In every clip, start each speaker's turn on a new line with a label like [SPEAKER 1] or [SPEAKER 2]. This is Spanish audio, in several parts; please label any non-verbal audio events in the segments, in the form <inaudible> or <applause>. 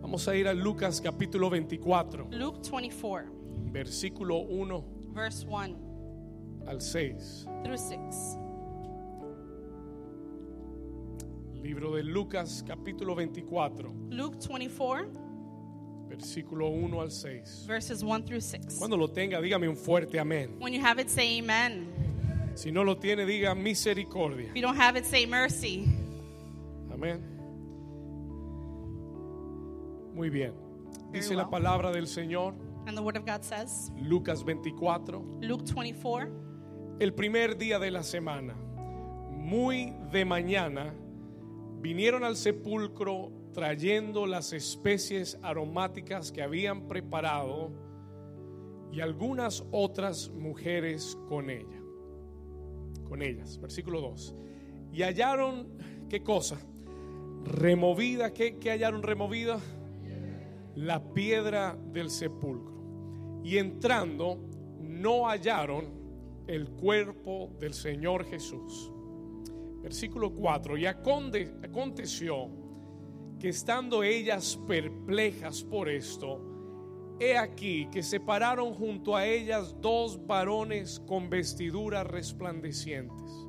[SPEAKER 1] Vamos a ir a Lucas capítulo 24,
[SPEAKER 2] Luke 24,
[SPEAKER 1] versículo 1
[SPEAKER 2] verse 1
[SPEAKER 1] al 6.
[SPEAKER 2] through 6.
[SPEAKER 1] Libro de Lucas capítulo 24,
[SPEAKER 2] Luke 24,
[SPEAKER 1] versículo 1 al 6.
[SPEAKER 2] verses 1 through 6.
[SPEAKER 1] Cuando lo tenga, dígame un fuerte amén.
[SPEAKER 2] When you have it, say amen.
[SPEAKER 1] Si no lo tiene, diga misericordia.
[SPEAKER 2] If you don't have it, say mercy.
[SPEAKER 1] Amén. Muy bien. Dice
[SPEAKER 2] Very
[SPEAKER 1] la
[SPEAKER 2] well.
[SPEAKER 1] palabra del Señor,
[SPEAKER 2] And the word of God says,
[SPEAKER 1] Lucas 24,
[SPEAKER 2] Luke 24,
[SPEAKER 1] El primer día de la semana, muy de mañana, vinieron al sepulcro trayendo las especies aromáticas que habían preparado y algunas otras mujeres con ella. Con ellas, versículo 2. Y hallaron, ¿qué cosa? Removida, ¿qué, qué hallaron removida? La piedra del sepulcro. Y entrando, no hallaron el cuerpo del Señor Jesús. Versículo 4. Y aconde- aconteció que estando ellas perplejas por esto, he aquí que se pararon junto a ellas dos varones con vestiduras resplandecientes.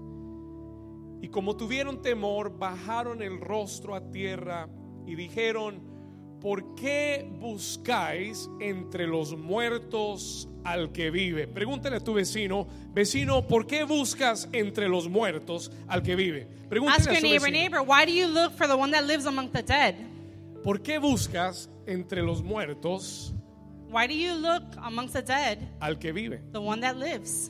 [SPEAKER 1] Y como tuvieron temor, bajaron el rostro a tierra y dijeron, ¿por qué buscáis entre los muertos al que vive? Pregúntale a tu vecino, vecino, ¿por qué buscas entre los muertos al que vive? Pregúntale
[SPEAKER 2] ask
[SPEAKER 1] a
[SPEAKER 2] your
[SPEAKER 1] su
[SPEAKER 2] neighbor,
[SPEAKER 1] vecino.
[SPEAKER 2] neighbor, why do you look for the one that lives among the dead?
[SPEAKER 1] ¿Por qué buscas entre los muertos
[SPEAKER 2] Why do you look amongst the dead,
[SPEAKER 1] al que vive?
[SPEAKER 2] the one that lives?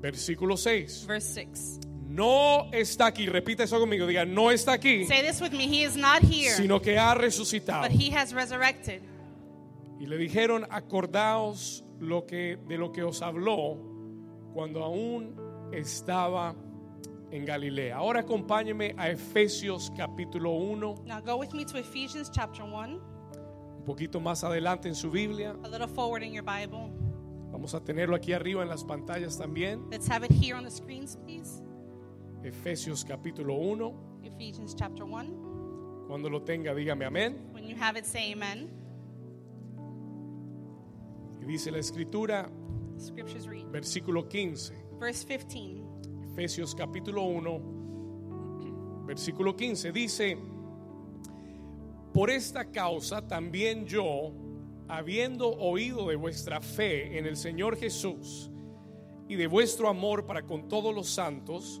[SPEAKER 1] Versículo 6.
[SPEAKER 2] Verse 6.
[SPEAKER 1] No está aquí, repita eso conmigo, diga, no está aquí,
[SPEAKER 2] Say this with me, he is not here,
[SPEAKER 1] sino que ha resucitado.
[SPEAKER 2] but he has resurrected.
[SPEAKER 1] Y le dijeron, acordaos lo que, de lo que os habló cuando aún estaba en Galilea. Ahora acompáñeme a Efesios capítulo 1,
[SPEAKER 2] Now go with me to Ephesians chapter 1,
[SPEAKER 1] un poquito más adelante en su Biblia.
[SPEAKER 2] a little forward in your Bible.
[SPEAKER 1] Vamos a tenerlo aquí arriba en las pantallas también.
[SPEAKER 2] Let's have it here on the screens, please.
[SPEAKER 1] Efesios capítulo 1.
[SPEAKER 2] Ephesians chapter 1.
[SPEAKER 1] Cuando lo tenga, dígame amén.
[SPEAKER 2] When you have it, say amen.
[SPEAKER 1] Y dice la escritura,
[SPEAKER 2] Scriptures read.
[SPEAKER 1] versículo 15,
[SPEAKER 2] Verse 15.
[SPEAKER 1] Efesios capítulo 1, versículo 15, dice, por esta causa también yo, habiendo oído de vuestra fe en el Señor Jesús y de vuestro amor para con todos los santos,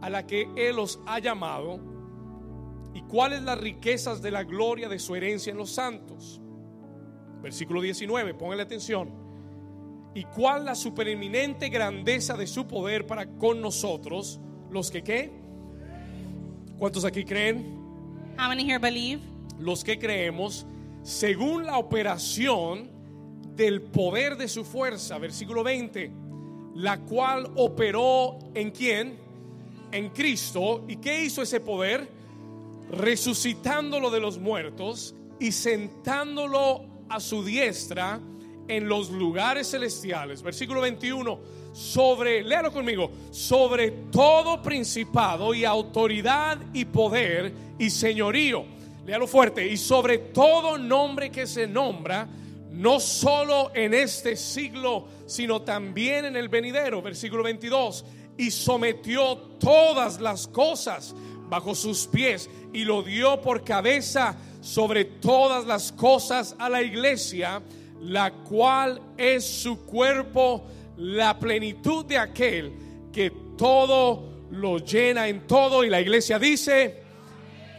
[SPEAKER 1] a la que Él os ha llamado y cuáles las riquezas de la gloria de su herencia en los santos. Versículo 19, póngale atención y cuál la supereminente grandeza de su poder para con nosotros, los que qué? ¿Cuántos aquí creen?
[SPEAKER 2] How many here believe?
[SPEAKER 1] Los que creemos, según la operación del poder de su fuerza, versículo 20, la cual operó en quién? En Cristo. ¿Y qué hizo ese poder? Resucitándolo de los muertos y sentándolo a su diestra en los lugares celestiales. Versículo 21, sobre, léalo conmigo, sobre todo principado y autoridad y poder y señorío. Léalo fuerte, y sobre todo nombre que se nombra, no solo en este siglo, sino también en el venidero. Versículo 22, y sometió todas las cosas bajo sus pies y lo dio por cabeza sobre todas las cosas a la iglesia, la cual es su cuerpo, la plenitud de aquel que todo lo llena en todo. Y la iglesia dice,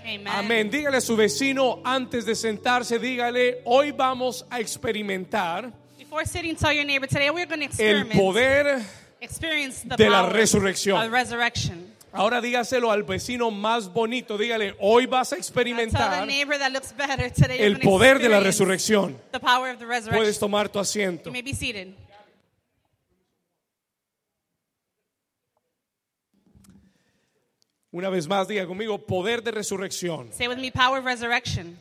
[SPEAKER 2] Amen.
[SPEAKER 1] amén, dígale a su vecino antes de sentarse, dígale, hoy vamos a experimentar
[SPEAKER 2] Before sitting, tell your neighbor today we're going to
[SPEAKER 1] el
[SPEAKER 2] experiment.
[SPEAKER 1] poder
[SPEAKER 2] experience the
[SPEAKER 1] de la
[SPEAKER 2] power
[SPEAKER 1] resurrección.
[SPEAKER 2] of resurrection.
[SPEAKER 1] Ahora dígaselo al vecino más bonito, dígale, hoy vas a
[SPEAKER 2] Now Tell the
[SPEAKER 1] experimentar
[SPEAKER 2] neighbor that looks better today. you're
[SPEAKER 1] el
[SPEAKER 2] gonna
[SPEAKER 1] poder de la
[SPEAKER 2] experience
[SPEAKER 1] resurrección.
[SPEAKER 2] The power of the resurrection.
[SPEAKER 1] Puedes tomar tu asiento.
[SPEAKER 2] You may be seated.
[SPEAKER 1] Una vez más, diga conmigo, poder de resurrección.
[SPEAKER 2] Say with me, power of resurrection.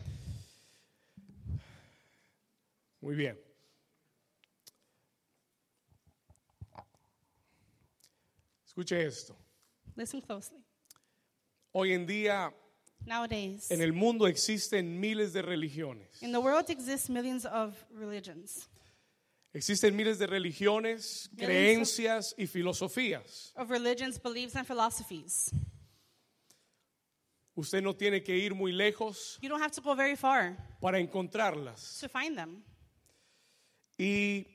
[SPEAKER 1] Muy bien. Escuche esto.
[SPEAKER 2] Listen closely.
[SPEAKER 1] Hoy en día
[SPEAKER 2] Nowadays,
[SPEAKER 1] en el mundo existen miles de religiones.
[SPEAKER 2] in the world exist millions of religions,
[SPEAKER 1] Existen miles de religiones,
[SPEAKER 2] Miles of-
[SPEAKER 1] creencias y filosofías.
[SPEAKER 2] of religions, beliefs, and philosophies.
[SPEAKER 1] Usted no tiene que ir muy lejos
[SPEAKER 2] You don't have to go very far
[SPEAKER 1] para encontrarlas.
[SPEAKER 2] to find them.
[SPEAKER 1] Y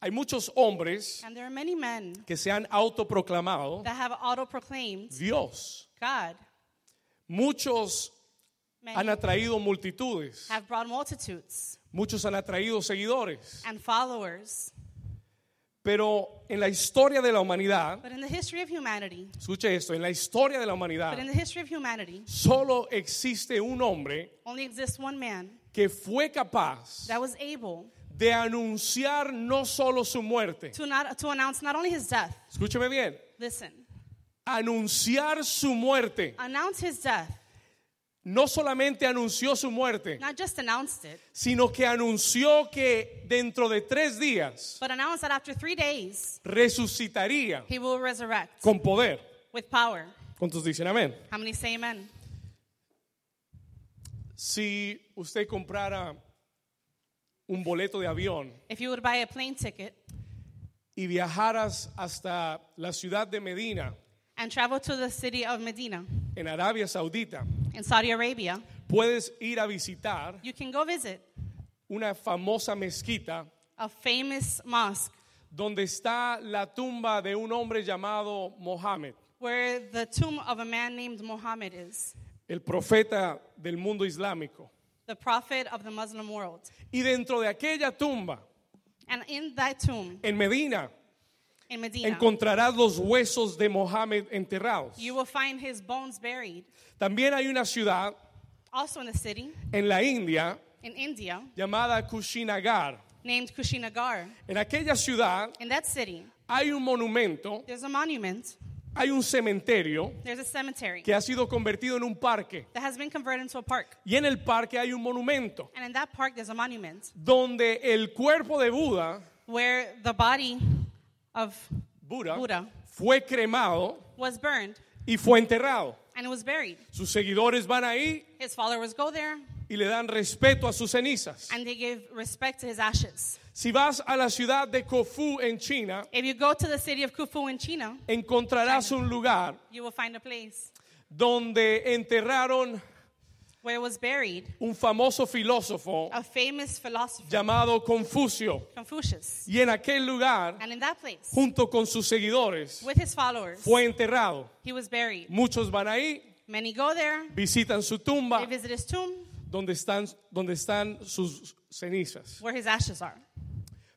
[SPEAKER 1] hay muchos hombres
[SPEAKER 2] And there are many men
[SPEAKER 1] que se han autoproclamado
[SPEAKER 2] that have auto-proclaimed
[SPEAKER 1] Dios.
[SPEAKER 2] God.
[SPEAKER 1] Muchos han
[SPEAKER 2] Many
[SPEAKER 1] atraído multitudes,
[SPEAKER 2] have brought multitudes
[SPEAKER 1] muchos han atraído seguidores.
[SPEAKER 2] and followers.
[SPEAKER 1] Pero en la historia de la humanidad,
[SPEAKER 2] But in the history of humanity,
[SPEAKER 1] escuche esto, en la historia de la
[SPEAKER 2] but in
[SPEAKER 1] humanidad
[SPEAKER 2] the history of humanity,
[SPEAKER 1] solo existe un hombre
[SPEAKER 2] only exists one man
[SPEAKER 1] que fue capaz
[SPEAKER 2] that was able
[SPEAKER 1] de anunciar no solo su muerte,
[SPEAKER 2] to, not, to announce not only his death,
[SPEAKER 1] escúcheme bien,
[SPEAKER 2] listen,
[SPEAKER 1] anunciar su muerte.
[SPEAKER 2] announce his death,
[SPEAKER 1] No solamente anunció su muerte,
[SPEAKER 2] not just announced it,
[SPEAKER 1] sino que anunció que dentro de tres días
[SPEAKER 2] but announced that after three days,
[SPEAKER 1] resucitaría
[SPEAKER 2] he will resurrect
[SPEAKER 1] con poder.
[SPEAKER 2] with power.
[SPEAKER 1] ¿Cuántos dicen amén?
[SPEAKER 2] How many say amen?
[SPEAKER 1] Si usted comprara un boleto de avión
[SPEAKER 2] If you would buy a plane ticket
[SPEAKER 1] y viajaras hasta la ciudad de Medina,
[SPEAKER 2] and travel to the city of Medina
[SPEAKER 1] en Arabia Saudita,
[SPEAKER 2] in Saudi Arabia,
[SPEAKER 1] puedes ir a visitar
[SPEAKER 2] you can go visit
[SPEAKER 1] una famosa mezquita
[SPEAKER 2] a famous mosque
[SPEAKER 1] donde está la tumba de un hombre llamado Mohammed,
[SPEAKER 2] where the tomb of a man named Muhammad is,
[SPEAKER 1] el profeta del mundo islámico.
[SPEAKER 2] the prophet of the Muslim world.
[SPEAKER 1] Y dentro de aquella tumba,
[SPEAKER 2] And in that tomb
[SPEAKER 1] en Medina,
[SPEAKER 2] in Medina,
[SPEAKER 1] encontrarás los huesos de Mohammed enterrados.
[SPEAKER 2] you will find his bones buried.
[SPEAKER 1] También hay una ciudad
[SPEAKER 2] Also in the city,
[SPEAKER 1] en la India
[SPEAKER 2] in India,
[SPEAKER 1] llamada Kushinagar.
[SPEAKER 2] named Kushinagar.
[SPEAKER 1] En aquella ciudad
[SPEAKER 2] In that city,
[SPEAKER 1] hay un monumento,
[SPEAKER 2] there's a monument,
[SPEAKER 1] hay un cementerio
[SPEAKER 2] there's a cemetery
[SPEAKER 1] que ha sido convertido en un parque.
[SPEAKER 2] that has been converted into a park.
[SPEAKER 1] Y en el parque hay un monumento
[SPEAKER 2] And in that park, there's a monument
[SPEAKER 1] donde el cuerpo de Buda,
[SPEAKER 2] where the body of
[SPEAKER 1] Buda,
[SPEAKER 2] Buda.
[SPEAKER 1] fue cremado
[SPEAKER 2] was burned
[SPEAKER 1] y fue enterrado.
[SPEAKER 2] and it was buried.
[SPEAKER 1] Sus seguidores van ahí
[SPEAKER 2] His followers go there
[SPEAKER 1] y le dan respeto a sus cenizas.
[SPEAKER 2] and they give respect to his ashes.
[SPEAKER 1] Si vas a la ciudad de Kofu en China,
[SPEAKER 2] If you go to the city of Khufu in China,
[SPEAKER 1] encontrarás un lugar
[SPEAKER 2] you will find a place
[SPEAKER 1] donde enterraron
[SPEAKER 2] where it was buried
[SPEAKER 1] un famoso filósofo
[SPEAKER 2] a famous philosopher,
[SPEAKER 1] llamado Confucio.
[SPEAKER 2] Confucius.
[SPEAKER 1] Y en aquel lugar,
[SPEAKER 2] And in that place,
[SPEAKER 1] junto con sus seguidores,
[SPEAKER 2] with his followers,
[SPEAKER 1] fue enterrado.
[SPEAKER 2] he was buried.
[SPEAKER 1] Muchos van ahí,
[SPEAKER 2] Many go there,
[SPEAKER 1] visitan su
[SPEAKER 2] they
[SPEAKER 1] tumba,
[SPEAKER 2] visit his tomb
[SPEAKER 1] donde están, donde están sus cenizas.
[SPEAKER 2] where his ashes are.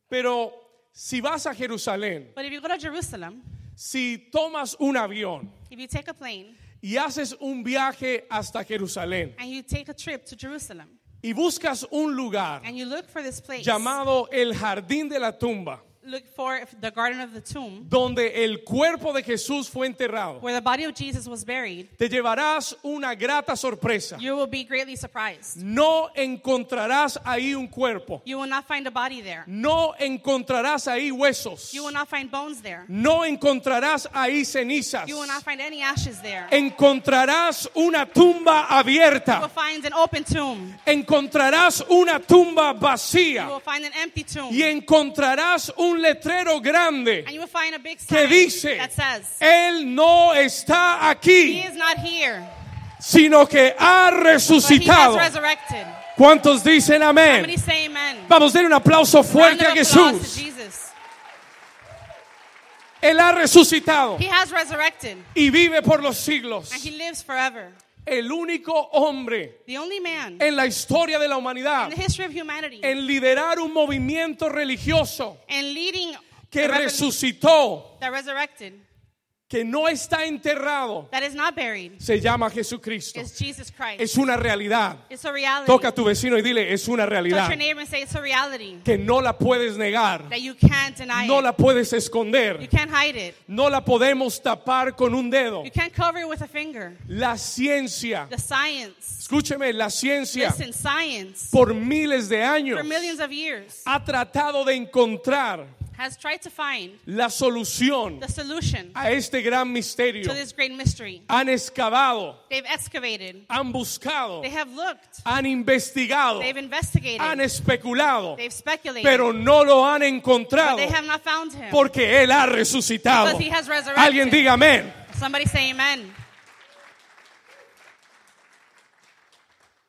[SPEAKER 1] Pero si vas a Jerusalén,
[SPEAKER 2] But if you go to Jerusalem,
[SPEAKER 1] si tomas un avión
[SPEAKER 2] if you take a plane
[SPEAKER 1] y haces un viaje hasta Jerusalén
[SPEAKER 2] and you take a trip to Jerusalem
[SPEAKER 1] y buscas un lugar
[SPEAKER 2] and you look for this place,
[SPEAKER 1] llamado el Jardín de la Tumba,
[SPEAKER 2] look for the Garden of the Tomb,
[SPEAKER 1] donde el cuerpo de Jesús fue enterrado,
[SPEAKER 2] where the body of Jesus was buried,
[SPEAKER 1] te llevarás una grata sorpresa.
[SPEAKER 2] You will be greatly surprised.
[SPEAKER 1] No encontrarás ahí un cuerpo,
[SPEAKER 2] You will not find a body there.
[SPEAKER 1] no encontrarás ahí huesos,
[SPEAKER 2] You will not find bones there.
[SPEAKER 1] no encontrarás ahí cenizas,
[SPEAKER 2] You will not find any ashes there.
[SPEAKER 1] encontrarás una tumba
[SPEAKER 2] You will
[SPEAKER 1] abierta,
[SPEAKER 2] find an open tomb.
[SPEAKER 1] encontrarás una tumba
[SPEAKER 2] You
[SPEAKER 1] vacía
[SPEAKER 2] will find an empty tomb.
[SPEAKER 1] y encontrarás un letrero grande
[SPEAKER 2] And you will find a big
[SPEAKER 1] que
[SPEAKER 2] sign
[SPEAKER 1] dice,
[SPEAKER 2] that says,
[SPEAKER 1] Él no está
[SPEAKER 2] He
[SPEAKER 1] aquí,
[SPEAKER 2] is not here,
[SPEAKER 1] sino que ha
[SPEAKER 2] but He has
[SPEAKER 1] resucitado.
[SPEAKER 2] resurrected.
[SPEAKER 1] ¿Cuántos dicen
[SPEAKER 2] How many
[SPEAKER 1] amén?
[SPEAKER 2] say amen?
[SPEAKER 1] Vamos, denle un aplauso
[SPEAKER 2] Round
[SPEAKER 1] fuerte
[SPEAKER 2] of
[SPEAKER 1] a
[SPEAKER 2] applause to
[SPEAKER 1] Jesús.
[SPEAKER 2] Jesus.
[SPEAKER 1] Él ha resucitado
[SPEAKER 2] He has resurrected,
[SPEAKER 1] y vive por los siglos.
[SPEAKER 2] and He lives forever.
[SPEAKER 1] El único hombre
[SPEAKER 2] The only man
[SPEAKER 1] en la historia de la
[SPEAKER 2] in
[SPEAKER 1] humanidad
[SPEAKER 2] the history of humanity
[SPEAKER 1] en liderar un movimiento religioso
[SPEAKER 2] and leading
[SPEAKER 1] que
[SPEAKER 2] the revol-
[SPEAKER 1] resucitó
[SPEAKER 2] that resurrected
[SPEAKER 1] que no está enterrado
[SPEAKER 2] that is not buried
[SPEAKER 1] se llama Jesucristo.
[SPEAKER 2] is Jesus Christ.
[SPEAKER 1] Es una realidad.
[SPEAKER 2] it's a reality.
[SPEAKER 1] Toca a tu vecino y dile, es una
[SPEAKER 2] Touch
[SPEAKER 1] realidad
[SPEAKER 2] your neighbor and say it's a reality
[SPEAKER 1] que no la puedes negar,
[SPEAKER 2] that you can't deny
[SPEAKER 1] no
[SPEAKER 2] it.
[SPEAKER 1] la puedes
[SPEAKER 2] You
[SPEAKER 1] esconder,
[SPEAKER 2] can't hide it.
[SPEAKER 1] no la podemos tapar con un dedo.
[SPEAKER 2] You can't cover it with a finger.
[SPEAKER 1] La ciencia,
[SPEAKER 2] The science,
[SPEAKER 1] escúcheme, la ciencia
[SPEAKER 2] listen, science
[SPEAKER 1] por miles de años
[SPEAKER 2] for millions of years
[SPEAKER 1] ha tratado de encontrar
[SPEAKER 2] has tried to find
[SPEAKER 1] la solución
[SPEAKER 2] the solution
[SPEAKER 1] a este gran misterio.
[SPEAKER 2] to this great mystery.
[SPEAKER 1] Han excavado,
[SPEAKER 2] They've excavated.
[SPEAKER 1] han buscado,
[SPEAKER 2] They have looked.
[SPEAKER 1] han investigado,
[SPEAKER 2] They've investigated.
[SPEAKER 1] han especulado,
[SPEAKER 2] They've speculated.
[SPEAKER 1] pero no lo han
[SPEAKER 2] but
[SPEAKER 1] encontrado
[SPEAKER 2] they have not found him.
[SPEAKER 1] porque Él ha resucitado.
[SPEAKER 2] Because he has resurrected.
[SPEAKER 1] Alguien diga amén.
[SPEAKER 2] Somebody say amen.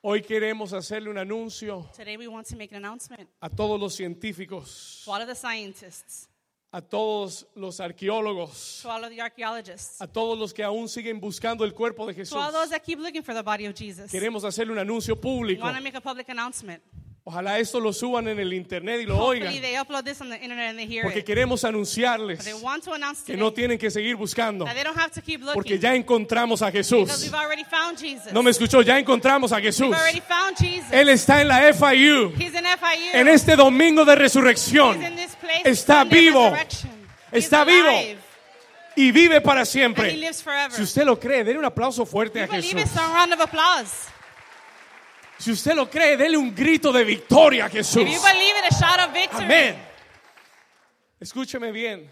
[SPEAKER 1] Hoy queremos hacerle un anuncio
[SPEAKER 2] Today we want to make an announcement
[SPEAKER 1] a todos los científicos,
[SPEAKER 2] to all of the scientists,
[SPEAKER 1] a todos los arqueólogos,
[SPEAKER 2] to all of the archaeologists,
[SPEAKER 1] a todos los que aún siguen buscando el cuerpo de
[SPEAKER 2] to
[SPEAKER 1] Jesús.
[SPEAKER 2] all those that keep looking for the body of Jesus.
[SPEAKER 1] Queremos hacerle un anuncio
[SPEAKER 2] We
[SPEAKER 1] público.
[SPEAKER 2] want to make a public announcement.
[SPEAKER 1] Ojalá esto lo suban en el internet y lo oigan,
[SPEAKER 2] Hopefully they upload this on the internet and they hear
[SPEAKER 1] porque
[SPEAKER 2] it.
[SPEAKER 1] queremos
[SPEAKER 2] But they
[SPEAKER 1] anunciarles
[SPEAKER 2] want to announce
[SPEAKER 1] que
[SPEAKER 2] today
[SPEAKER 1] no tienen que seguir buscando,
[SPEAKER 2] that they don't have to keep
[SPEAKER 1] porque
[SPEAKER 2] looking
[SPEAKER 1] ya encontramos a
[SPEAKER 2] because
[SPEAKER 1] Jesús.
[SPEAKER 2] we've already found Jesus.
[SPEAKER 1] No me escuchó, ya encontramos a Jesús.
[SPEAKER 2] We've already found Jesus.
[SPEAKER 1] Él está en la FIU,
[SPEAKER 2] He's in FIU.
[SPEAKER 1] en este domingo de
[SPEAKER 2] He's
[SPEAKER 1] resurrección,
[SPEAKER 2] in this place.
[SPEAKER 1] Está
[SPEAKER 2] Sunday
[SPEAKER 1] vivo.
[SPEAKER 2] resurrection. He's
[SPEAKER 1] Está vivo.
[SPEAKER 2] alive.
[SPEAKER 1] y vive para
[SPEAKER 2] And he
[SPEAKER 1] siempre.
[SPEAKER 2] lives forever.
[SPEAKER 1] Si usted lo cree, denle un aplauso fuerte a
[SPEAKER 2] You believe
[SPEAKER 1] Jesús.
[SPEAKER 2] it? Some round of applause.
[SPEAKER 1] Si usted lo cree, dele un grito de victoria a Jesús.
[SPEAKER 2] If you believe it, a shout of victory.
[SPEAKER 1] Amén. Escúcheme bien.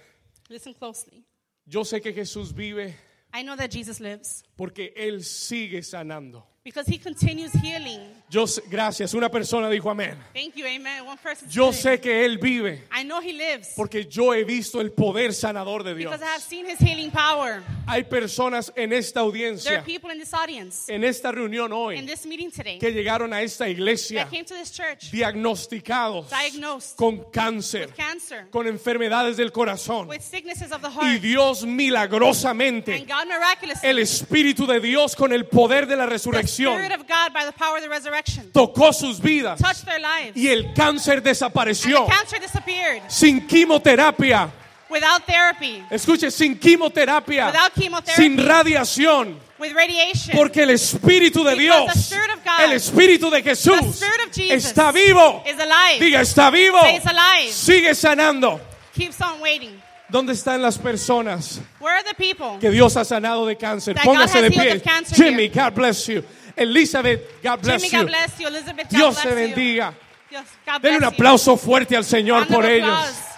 [SPEAKER 2] Listen closely.
[SPEAKER 1] Yo sé que Jesús vive
[SPEAKER 2] I know that Jesus lives
[SPEAKER 1] porque Él sigue sanando.
[SPEAKER 2] because he continues healing.
[SPEAKER 1] Yo sé- gracias, una persona dijo amén.
[SPEAKER 2] Thank you, amen. One person.
[SPEAKER 1] Yo
[SPEAKER 2] said it.
[SPEAKER 1] sé que Él vive
[SPEAKER 2] I know he lives
[SPEAKER 1] porque yo he visto el poder sanador de Dios.
[SPEAKER 2] because I have seen his healing power.
[SPEAKER 1] Hay personas en esta
[SPEAKER 2] There are
[SPEAKER 1] audiencia,
[SPEAKER 2] people in this audience,
[SPEAKER 1] en esta reunión
[SPEAKER 2] in
[SPEAKER 1] hoy,
[SPEAKER 2] this meeting today,
[SPEAKER 1] que llegaron a esta iglesia
[SPEAKER 2] that came to this church
[SPEAKER 1] diagnosticados
[SPEAKER 2] diagnosed
[SPEAKER 1] con cáncer,
[SPEAKER 2] with cancer,
[SPEAKER 1] con enfermedades del corazón.
[SPEAKER 2] with sicknesses of the
[SPEAKER 1] Y
[SPEAKER 2] heart.
[SPEAKER 1] Dios milagrosamente
[SPEAKER 2] And God miraculously,
[SPEAKER 1] el Espíritu de Dios con el poder de la
[SPEAKER 2] the
[SPEAKER 1] resurrección
[SPEAKER 2] Spirit of God by the power of the resurrection
[SPEAKER 1] tocó sus vidas
[SPEAKER 2] touched their lives.
[SPEAKER 1] y el cáncer
[SPEAKER 2] And the
[SPEAKER 1] desapareció
[SPEAKER 2] cancer disappeared
[SPEAKER 1] sin quimioterapia.
[SPEAKER 2] without therapy,
[SPEAKER 1] Escuche, sin quimioterapia,
[SPEAKER 2] Without chemotherapy.
[SPEAKER 1] sin radiación,
[SPEAKER 2] with radiation.
[SPEAKER 1] porque el Espíritu de
[SPEAKER 2] Because the
[SPEAKER 1] Dios,
[SPEAKER 2] Spirit of God,
[SPEAKER 1] el Espíritu de
[SPEAKER 2] the
[SPEAKER 1] Jesús
[SPEAKER 2] Spirit of Jesus
[SPEAKER 1] está vivo.
[SPEAKER 2] is alive.
[SPEAKER 1] Diga, está vivo.
[SPEAKER 2] Say, "It's alive."
[SPEAKER 1] Sigue sanando.
[SPEAKER 2] Keeps on waiting.
[SPEAKER 1] ¿Dónde están las personas
[SPEAKER 2] Where are the people?
[SPEAKER 1] que Dios ha sanado de cáncer?
[SPEAKER 2] That God
[SPEAKER 1] Póngase
[SPEAKER 2] has
[SPEAKER 1] de
[SPEAKER 2] healed
[SPEAKER 1] pie.
[SPEAKER 2] of cancer
[SPEAKER 1] Jimmy, God bless you. Elizabeth, God bless
[SPEAKER 2] Jimmy,
[SPEAKER 1] you.
[SPEAKER 2] God bless you. Elizabeth, God
[SPEAKER 1] Dios
[SPEAKER 2] bless
[SPEAKER 1] te
[SPEAKER 2] you.
[SPEAKER 1] bendiga.
[SPEAKER 2] Dios, God
[SPEAKER 1] Denle un
[SPEAKER 2] bless you.
[SPEAKER 1] aplauso fuerte al Señor
[SPEAKER 2] Round of
[SPEAKER 1] por ellos.
[SPEAKER 2] applause.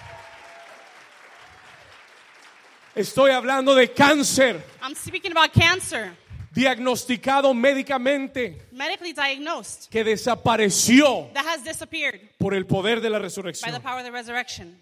[SPEAKER 1] Estoy hablando de cáncer
[SPEAKER 2] I'm speaking about cancer,
[SPEAKER 1] diagnosticado médicamente
[SPEAKER 2] medically diagnosed,
[SPEAKER 1] que desapareció
[SPEAKER 2] that has disappeared
[SPEAKER 1] por el poder de la
[SPEAKER 2] by the
[SPEAKER 1] resurrección.
[SPEAKER 2] power of the resurrection.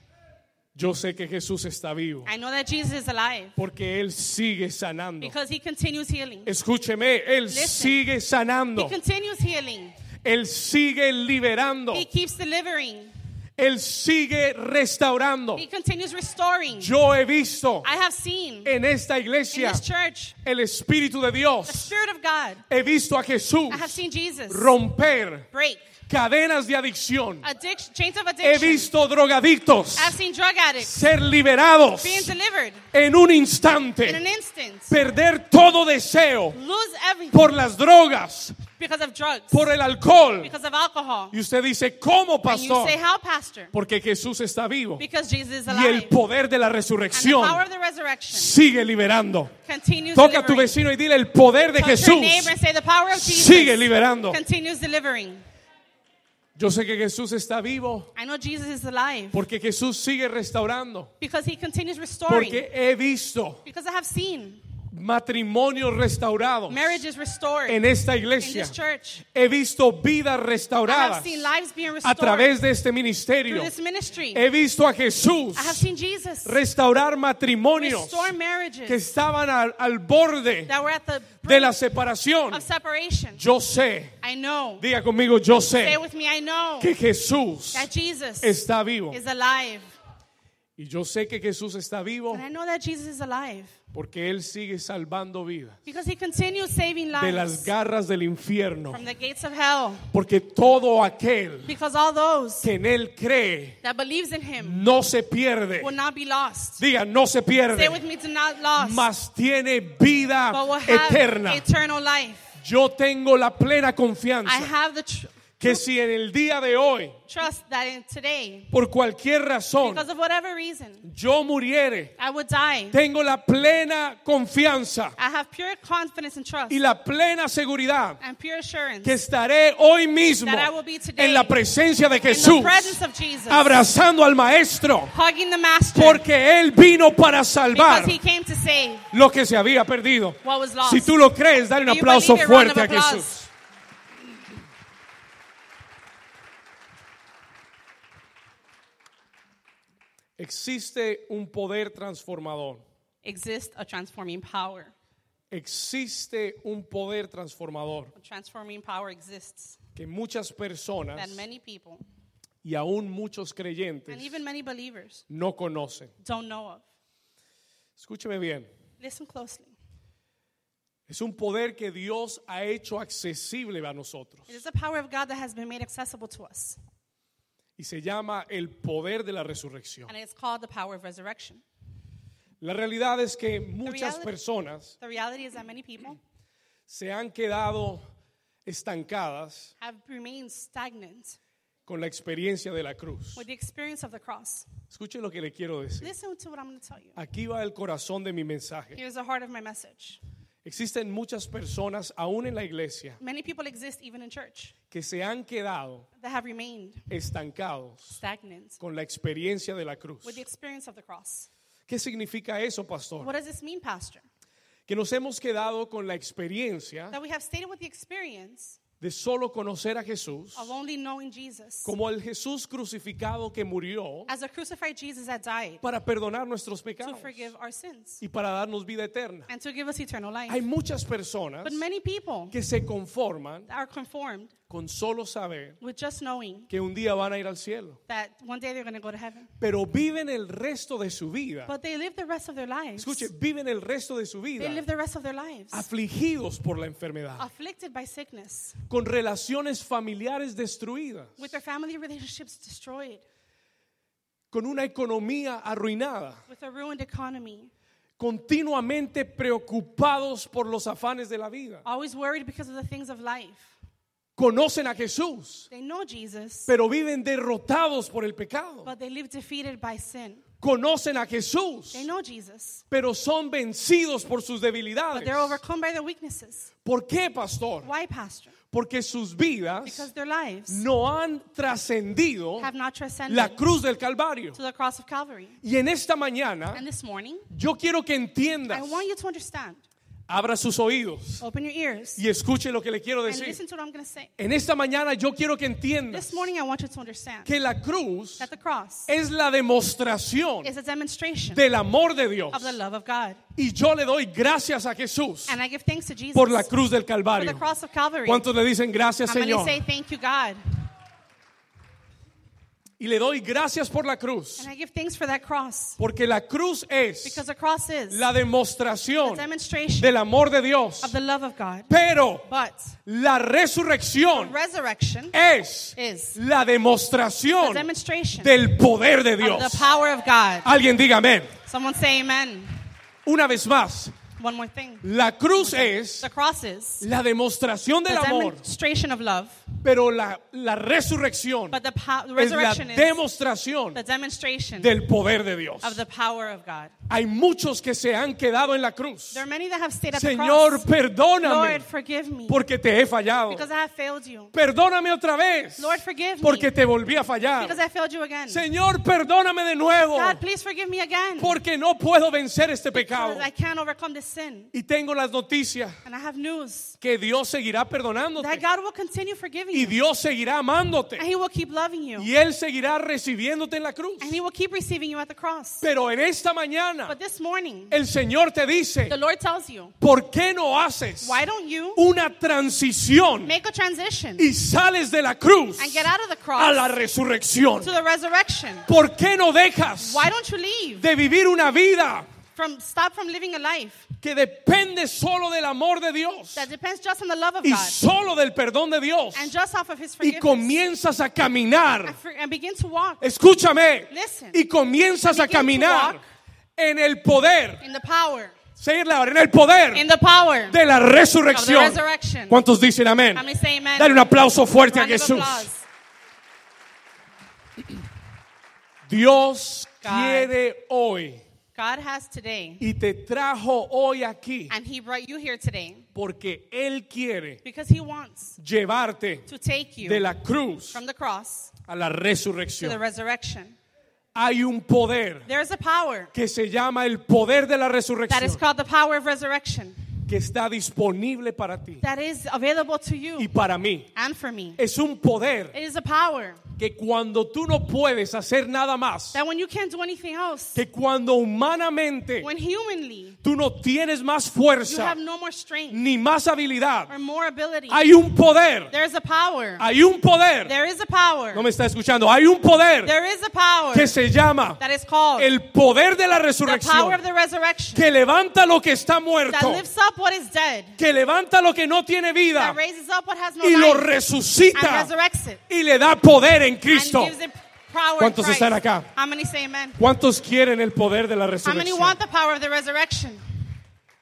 [SPEAKER 1] Yo sé que Jesús está vivo
[SPEAKER 2] I know that Jesus is alive
[SPEAKER 1] porque Él sigue sanando.
[SPEAKER 2] because he continues healing.
[SPEAKER 1] Escúcheme, Él
[SPEAKER 2] Listen.
[SPEAKER 1] sigue sanando,
[SPEAKER 2] He continues healing.
[SPEAKER 1] Él sigue liberando,
[SPEAKER 2] He keeps delivering.
[SPEAKER 1] Él sigue restaurando.
[SPEAKER 2] He continues restoring.
[SPEAKER 1] Yo he visto
[SPEAKER 2] I have seen
[SPEAKER 1] en esta
[SPEAKER 2] in
[SPEAKER 1] iglesia
[SPEAKER 2] this church
[SPEAKER 1] el Espíritu de
[SPEAKER 2] the
[SPEAKER 1] Dios.
[SPEAKER 2] Spirit of God.
[SPEAKER 1] He visto a Jesús
[SPEAKER 2] I have seen Jesus
[SPEAKER 1] romper
[SPEAKER 2] break
[SPEAKER 1] cadenas de adicción.
[SPEAKER 2] addiction, chains of
[SPEAKER 1] He
[SPEAKER 2] addiction.
[SPEAKER 1] visto drogadictos
[SPEAKER 2] I've seen drug addicts
[SPEAKER 1] ser liberados
[SPEAKER 2] being delivered
[SPEAKER 1] en un
[SPEAKER 2] in an
[SPEAKER 1] instante,
[SPEAKER 2] instant.
[SPEAKER 1] perder todo deseo
[SPEAKER 2] Lose everything
[SPEAKER 1] por las drogas,
[SPEAKER 2] because of drugs,
[SPEAKER 1] por el alcohol.
[SPEAKER 2] because of alcohol.
[SPEAKER 1] Y usted dice, ¿cómo,
[SPEAKER 2] And you
[SPEAKER 1] pastor?
[SPEAKER 2] say, How, Pastor?
[SPEAKER 1] Porque Jesús está vivo
[SPEAKER 2] Because Jesus is
[SPEAKER 1] y
[SPEAKER 2] alive.
[SPEAKER 1] el poder de la
[SPEAKER 2] And the
[SPEAKER 1] resurrección
[SPEAKER 2] power of the resurrection
[SPEAKER 1] sigue liberando.
[SPEAKER 2] continues
[SPEAKER 1] Toca a tu
[SPEAKER 2] delivering.
[SPEAKER 1] vecino y dile, el poder de
[SPEAKER 2] Touch your
[SPEAKER 1] Jesús
[SPEAKER 2] neighbor and say, The power of Jesus
[SPEAKER 1] sigue liberando.
[SPEAKER 2] continues delivering.
[SPEAKER 1] Yo sé que Jesús está vivo
[SPEAKER 2] I know Jesus is alive
[SPEAKER 1] porque Jesús sigue restaurando.
[SPEAKER 2] because he continues restoring.
[SPEAKER 1] Porque he visto
[SPEAKER 2] Because I have seen
[SPEAKER 1] matrimonios restaurados
[SPEAKER 2] marriage is restored
[SPEAKER 1] en esta
[SPEAKER 2] in
[SPEAKER 1] iglesia.
[SPEAKER 2] this church.
[SPEAKER 1] He visto vidas
[SPEAKER 2] I have
[SPEAKER 1] restauradas
[SPEAKER 2] seen lives being
[SPEAKER 1] a
[SPEAKER 2] restored
[SPEAKER 1] través de este
[SPEAKER 2] through
[SPEAKER 1] ministerio.
[SPEAKER 2] this ministry.
[SPEAKER 1] He visto a Jesús
[SPEAKER 2] I have seen Jesus
[SPEAKER 1] restaurar matrimonios
[SPEAKER 2] restore
[SPEAKER 1] que
[SPEAKER 2] marriages
[SPEAKER 1] estaban al, al borde
[SPEAKER 2] that were at the
[SPEAKER 1] de
[SPEAKER 2] brink
[SPEAKER 1] la separación.
[SPEAKER 2] of separation.
[SPEAKER 1] Yo sé,
[SPEAKER 2] I know.
[SPEAKER 1] diga conmigo, yo
[SPEAKER 2] Say
[SPEAKER 1] sé
[SPEAKER 2] it with me. I know
[SPEAKER 1] que Jesús
[SPEAKER 2] that Jesus
[SPEAKER 1] está vivo.
[SPEAKER 2] is alive.
[SPEAKER 1] Y yo sé que Jesús está vivo
[SPEAKER 2] And I know that Jesus is alive
[SPEAKER 1] porque Él sigue salvando vidas
[SPEAKER 2] because he continues saving
[SPEAKER 1] de las
[SPEAKER 2] lives
[SPEAKER 1] garras del infierno.
[SPEAKER 2] from the gates of hell.
[SPEAKER 1] Porque todo aquel
[SPEAKER 2] Because all those
[SPEAKER 1] que en Él cree
[SPEAKER 2] that believes in him
[SPEAKER 1] no se pierde.
[SPEAKER 2] will not be lost.
[SPEAKER 1] Diga, no se
[SPEAKER 2] Say with
[SPEAKER 1] pierde.
[SPEAKER 2] me, to not lost,
[SPEAKER 1] Mas tiene vida
[SPEAKER 2] but will have
[SPEAKER 1] eterna.
[SPEAKER 2] eternal life.
[SPEAKER 1] Yo tengo la plena
[SPEAKER 2] I
[SPEAKER 1] confianza
[SPEAKER 2] have the tr-
[SPEAKER 1] que si en el día de hoy,
[SPEAKER 2] trust that in today,
[SPEAKER 1] por cualquier razón,
[SPEAKER 2] because of whatever reason,
[SPEAKER 1] yo muriere,
[SPEAKER 2] I would die.
[SPEAKER 1] tengo la plena confianza
[SPEAKER 2] I have pure confidence and trust
[SPEAKER 1] y la plena seguridad
[SPEAKER 2] and pure assurance
[SPEAKER 1] que estaré hoy mismo
[SPEAKER 2] That I will be today
[SPEAKER 1] en la presencia de
[SPEAKER 2] in the
[SPEAKER 1] Jesús,
[SPEAKER 2] presence of Jesus,
[SPEAKER 1] abrazando al Maestro,
[SPEAKER 2] hugging the Master
[SPEAKER 1] porque Él vino para salvar
[SPEAKER 2] because he came to save
[SPEAKER 1] lo que se había perdido.
[SPEAKER 2] what was lost.
[SPEAKER 1] Si tú lo crees, dale un
[SPEAKER 2] Do you
[SPEAKER 1] aplauso
[SPEAKER 2] believe it? Round
[SPEAKER 1] fuerte a
[SPEAKER 2] of applause.
[SPEAKER 1] Jesús. Existe un poder transformador.
[SPEAKER 2] Exist a transforming power.
[SPEAKER 1] Existe un poder transformador
[SPEAKER 2] A transforming power exists
[SPEAKER 1] que muchas
[SPEAKER 2] that
[SPEAKER 1] personas
[SPEAKER 2] many people
[SPEAKER 1] y aún muchos
[SPEAKER 2] and
[SPEAKER 1] creyentes
[SPEAKER 2] even many believers
[SPEAKER 1] no conocen.
[SPEAKER 2] don't know of.
[SPEAKER 1] Escúcheme bien.
[SPEAKER 2] Listen closely.
[SPEAKER 1] Es un poder que Dios ha hecho accesible a nosotros
[SPEAKER 2] It is the power of God that has been made accessible to us,
[SPEAKER 1] y se llama el poder de la resurrección.
[SPEAKER 2] and it's called the power of resurrection.
[SPEAKER 1] La realidad es que muchas
[SPEAKER 2] reality-
[SPEAKER 1] personas
[SPEAKER 2] The reality is that many people
[SPEAKER 1] se han quedado estancadas
[SPEAKER 2] have remained stagnant
[SPEAKER 1] con la experiencia de la cruz.
[SPEAKER 2] with the experience of the cross.
[SPEAKER 1] Escuche lo que le quiero decir.
[SPEAKER 2] Listen to what I'm going to tell you.
[SPEAKER 1] Aquí va el corazón de mi mensaje.
[SPEAKER 2] Here's the heart of my message.
[SPEAKER 1] Existen muchas personas, aún en la iglesia,
[SPEAKER 2] Many people exist even in church
[SPEAKER 1] que se han quedado
[SPEAKER 2] that have remained
[SPEAKER 1] estancados
[SPEAKER 2] stagnant
[SPEAKER 1] con la experiencia de la cruz.
[SPEAKER 2] with the experience of the cross.
[SPEAKER 1] ¿Qué significa eso,
[SPEAKER 2] What
[SPEAKER 1] pastor?
[SPEAKER 2] does this mean, Pastor?
[SPEAKER 1] Que nos hemos quedado con la experiencia
[SPEAKER 2] That we have stated with the experience
[SPEAKER 1] de solo conocer a Jesús
[SPEAKER 2] of only knowing Jesus
[SPEAKER 1] como el Jesús crucificado que murió
[SPEAKER 2] as a crucified Jesus that died
[SPEAKER 1] para perdonar nuestros
[SPEAKER 2] to
[SPEAKER 1] pecados
[SPEAKER 2] forgive our sins
[SPEAKER 1] y para darnos vida eterna.
[SPEAKER 2] and to give us eternal
[SPEAKER 1] Hay
[SPEAKER 2] life.
[SPEAKER 1] muchas personas
[SPEAKER 2] But many people
[SPEAKER 1] que se conforman
[SPEAKER 2] are conformed
[SPEAKER 1] con solo saber
[SPEAKER 2] with just knowing
[SPEAKER 1] que un día van a ir al cielo,
[SPEAKER 2] that one day they're going to go to heaven.
[SPEAKER 1] pero viven el resto de su vida.
[SPEAKER 2] But they live the rest of their lives.
[SPEAKER 1] Escuche, viven el resto de su vida
[SPEAKER 2] They live the rest of their lives
[SPEAKER 1] afligidos por la enfermedad,
[SPEAKER 2] afflicted by sickness,
[SPEAKER 1] con relaciones familiares destruidas,
[SPEAKER 2] with their family relationships destroyed,
[SPEAKER 1] con una economía arruinada,
[SPEAKER 2] with a ruined economy,
[SPEAKER 1] continuamente preocupados por los afanes de la vida.
[SPEAKER 2] always worried because of the things of life.
[SPEAKER 1] Conocen a Jesús,
[SPEAKER 2] They know Jesus,
[SPEAKER 1] pero viven derrotados por el pecado.
[SPEAKER 2] but they live defeated by sin.
[SPEAKER 1] Conocen a Jesús,
[SPEAKER 2] They know Jesus,
[SPEAKER 1] pero son vencidos por sus
[SPEAKER 2] but
[SPEAKER 1] debilidades.
[SPEAKER 2] they're overcome by their weaknesses.
[SPEAKER 1] ¿Por qué, pastor?
[SPEAKER 2] Why, Pastor?
[SPEAKER 1] Porque sus
[SPEAKER 2] Because
[SPEAKER 1] vidas
[SPEAKER 2] their lives
[SPEAKER 1] no han trascendido
[SPEAKER 2] have not transcended
[SPEAKER 1] la cruz del Calvario.
[SPEAKER 2] to the cross of Calvary.
[SPEAKER 1] Y en esta mañana
[SPEAKER 2] And this morning,
[SPEAKER 1] Yo quiero que entiendas.
[SPEAKER 2] I want you to understand.
[SPEAKER 1] Abra sus oídos
[SPEAKER 2] Open your ears
[SPEAKER 1] y escuche lo que le quiero
[SPEAKER 2] and
[SPEAKER 1] decir.
[SPEAKER 2] listen to what I'm going to say.
[SPEAKER 1] En esta mañana yo quiero que entiendas
[SPEAKER 2] This morning, I want you to understand
[SPEAKER 1] que la cruz
[SPEAKER 2] that the cross
[SPEAKER 1] es la demostración
[SPEAKER 2] is a demonstration
[SPEAKER 1] del amor de Dios.
[SPEAKER 2] of the love of God.
[SPEAKER 1] Y yo le doy gracias a Jesús
[SPEAKER 2] And I give thanks to Jesus
[SPEAKER 1] por la cruz del
[SPEAKER 2] for the
[SPEAKER 1] Calvario.
[SPEAKER 2] cross of Calvary. I'm
[SPEAKER 1] ¿Cuántos le dicen gracias,
[SPEAKER 2] going to
[SPEAKER 1] Señor?
[SPEAKER 2] say thank you, God.
[SPEAKER 1] Y le doy gracias por la cruz,
[SPEAKER 2] And I give thanks for that cross
[SPEAKER 1] porque la cruz es
[SPEAKER 2] because the cross is
[SPEAKER 1] la demostración
[SPEAKER 2] a demonstration
[SPEAKER 1] del amor de Dios.
[SPEAKER 2] of the love of God.
[SPEAKER 1] Pero
[SPEAKER 2] But
[SPEAKER 1] la resurrección
[SPEAKER 2] resurrection
[SPEAKER 1] es
[SPEAKER 2] is
[SPEAKER 1] la
[SPEAKER 2] a
[SPEAKER 1] demostración
[SPEAKER 2] demonstration of
[SPEAKER 1] del poder de
[SPEAKER 2] the
[SPEAKER 1] Dios.
[SPEAKER 2] power of God.
[SPEAKER 1] Alguien diga amén.
[SPEAKER 2] Someone say amen.
[SPEAKER 1] Una vez más,
[SPEAKER 2] One more thing.
[SPEAKER 1] la cruz es
[SPEAKER 2] The cross is
[SPEAKER 1] la demostración
[SPEAKER 2] a
[SPEAKER 1] del amor,
[SPEAKER 2] demonstration of love,
[SPEAKER 1] pero la, la resurrección
[SPEAKER 2] but the, pow- the
[SPEAKER 1] es la
[SPEAKER 2] resurrection is
[SPEAKER 1] demostración
[SPEAKER 2] the demonstration
[SPEAKER 1] del poder de Dios.
[SPEAKER 2] of the power of God.
[SPEAKER 1] Hay muchos que se han quedado en la cruz.
[SPEAKER 2] There are many that have stayed at the
[SPEAKER 1] Señor,
[SPEAKER 2] cross.
[SPEAKER 1] perdóname
[SPEAKER 2] Lord, forgive me
[SPEAKER 1] porque te he fallado.
[SPEAKER 2] because I have failed you.
[SPEAKER 1] Perdóname otra vez
[SPEAKER 2] Lord, forgive me.
[SPEAKER 1] porque te volví a
[SPEAKER 2] Because
[SPEAKER 1] fallar.
[SPEAKER 2] I failed you again.
[SPEAKER 1] Señor, perdóname de nuevo
[SPEAKER 2] God, please forgive me again.
[SPEAKER 1] porque no puedo vencer este pecado.
[SPEAKER 2] Because I can't overcome this sin.
[SPEAKER 1] Y tengo las noticias
[SPEAKER 2] And I have news
[SPEAKER 1] que Dios seguirá perdonándote.
[SPEAKER 2] that God will continue forgiving
[SPEAKER 1] Y
[SPEAKER 2] you.
[SPEAKER 1] Dios seguirá amándote.
[SPEAKER 2] And He will keep loving you.
[SPEAKER 1] Y Él seguirá recibiéndote en la cruz.
[SPEAKER 2] And He will keep receiving you at the cross.
[SPEAKER 1] Pero en esta mañana
[SPEAKER 2] But this morning,
[SPEAKER 1] el Señor te dice,
[SPEAKER 2] the Lord tells you,
[SPEAKER 1] ¿por qué no haces
[SPEAKER 2] why don't you
[SPEAKER 1] una transición
[SPEAKER 2] make a transition
[SPEAKER 1] y sales de la cruz
[SPEAKER 2] and get out of the
[SPEAKER 1] a la
[SPEAKER 2] cross
[SPEAKER 1] resurrección?
[SPEAKER 2] to the resurrection?
[SPEAKER 1] ¿Por qué no dejas
[SPEAKER 2] Why don't you leave?
[SPEAKER 1] de vivir una vida
[SPEAKER 2] From stop from living a life
[SPEAKER 1] que depende solo del amor de Dios
[SPEAKER 2] that depends just on the love of
[SPEAKER 1] y
[SPEAKER 2] God
[SPEAKER 1] solo del perdón de Dios
[SPEAKER 2] and just off of His
[SPEAKER 1] y
[SPEAKER 2] forgiveness
[SPEAKER 1] comienzas a
[SPEAKER 2] and
[SPEAKER 1] caminar?
[SPEAKER 2] for- and begin to walk
[SPEAKER 1] Escúchame.
[SPEAKER 2] Listen.
[SPEAKER 1] Y comienzas a
[SPEAKER 2] Begin to
[SPEAKER 1] caminar
[SPEAKER 2] walk.
[SPEAKER 1] en el poder.
[SPEAKER 2] in the power,
[SPEAKER 1] Seguirla ahora, en el poder.
[SPEAKER 2] in the power
[SPEAKER 1] de la
[SPEAKER 2] of the
[SPEAKER 1] resurrección.
[SPEAKER 2] resurrection.
[SPEAKER 1] ¿Cuántos dicen amén?
[SPEAKER 2] Let me say amen.
[SPEAKER 1] Dale un aplauso fuerte a
[SPEAKER 2] Round of
[SPEAKER 1] Jesús.
[SPEAKER 2] applause.
[SPEAKER 1] Dios
[SPEAKER 2] God.
[SPEAKER 1] quiere hoy
[SPEAKER 2] God has today,
[SPEAKER 1] y te trajo hoy aquí
[SPEAKER 2] and He brought you here today
[SPEAKER 1] porque Él quiere
[SPEAKER 2] because He wants
[SPEAKER 1] llevarte
[SPEAKER 2] to take you
[SPEAKER 1] de la cruz
[SPEAKER 2] from the cross
[SPEAKER 1] a la
[SPEAKER 2] to the
[SPEAKER 1] resurrección.
[SPEAKER 2] resurrection.
[SPEAKER 1] Hay un poder
[SPEAKER 2] There is a power
[SPEAKER 1] que se llama el poder de la
[SPEAKER 2] that is
[SPEAKER 1] resurrección
[SPEAKER 2] called the power of resurrection
[SPEAKER 1] que está disponible para ti
[SPEAKER 2] that is available to
[SPEAKER 1] y
[SPEAKER 2] you
[SPEAKER 1] para mí.
[SPEAKER 2] and for me.
[SPEAKER 1] Es un poder
[SPEAKER 2] It is a power
[SPEAKER 1] que cuando tú no puedes hacer nada más,
[SPEAKER 2] that when you can't do anything else,
[SPEAKER 1] que cuando humanamente
[SPEAKER 2] when humanly
[SPEAKER 1] tú no tienes más
[SPEAKER 2] you
[SPEAKER 1] fuerza
[SPEAKER 2] have no more strength
[SPEAKER 1] ni más habilidad,
[SPEAKER 2] or more ability,
[SPEAKER 1] Hay un poder.
[SPEAKER 2] there is a power.
[SPEAKER 1] Hay un poder.
[SPEAKER 2] There is a power.
[SPEAKER 1] No me está escuchando. Hay un poder
[SPEAKER 2] There is a power
[SPEAKER 1] que se llama
[SPEAKER 2] that is called
[SPEAKER 1] el poder de la
[SPEAKER 2] the power
[SPEAKER 1] resurrección.
[SPEAKER 2] of the resurrection
[SPEAKER 1] Que levanta lo que está
[SPEAKER 2] that
[SPEAKER 1] muerto.
[SPEAKER 2] lifts up what is dead,
[SPEAKER 1] Que levanta lo que no tiene vida.
[SPEAKER 2] that raises up what has no
[SPEAKER 1] Y lo
[SPEAKER 2] life, and
[SPEAKER 1] resucita.
[SPEAKER 2] resurrects it,
[SPEAKER 1] Y le da poder en Cristo.
[SPEAKER 2] and gives it power. in
[SPEAKER 1] ¿Cuántos están
[SPEAKER 2] Christ.
[SPEAKER 1] acá?
[SPEAKER 2] How many say amen?
[SPEAKER 1] ¿Cuántos quieren el poder de la
[SPEAKER 2] How many
[SPEAKER 1] resurrección?
[SPEAKER 2] want the power of the resurrection?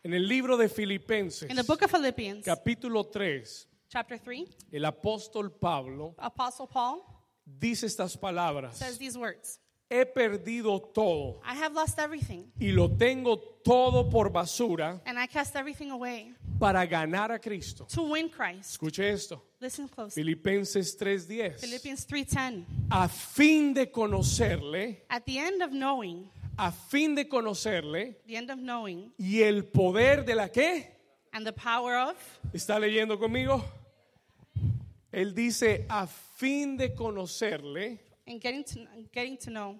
[SPEAKER 1] En el libro de Filipenses,
[SPEAKER 2] In the book of Philippians,
[SPEAKER 1] capítulo 3,
[SPEAKER 2] chapter 3,
[SPEAKER 1] el apóstol Pablo
[SPEAKER 2] Apostle Paul
[SPEAKER 1] dice estas
[SPEAKER 2] says
[SPEAKER 1] palabras.
[SPEAKER 2] these words
[SPEAKER 1] He perdido todo.
[SPEAKER 2] I have lost everything,
[SPEAKER 1] y lo tengo todo por basura
[SPEAKER 2] and I cast everything away
[SPEAKER 1] para ganar a Cristo.
[SPEAKER 2] to win Christ.
[SPEAKER 1] Escuche esto.
[SPEAKER 2] Listen closely.
[SPEAKER 1] Filipenses 3:10.
[SPEAKER 2] Philippians 3:10.
[SPEAKER 1] A fin de conocerle,
[SPEAKER 2] At the end of knowing,
[SPEAKER 1] a fin de conocerle
[SPEAKER 2] the end of knowing,
[SPEAKER 1] y el poder de la que
[SPEAKER 2] and the power of,
[SPEAKER 1] está leyendo conmigo. Él dice, a fin de conocerle
[SPEAKER 2] and getting to, getting to know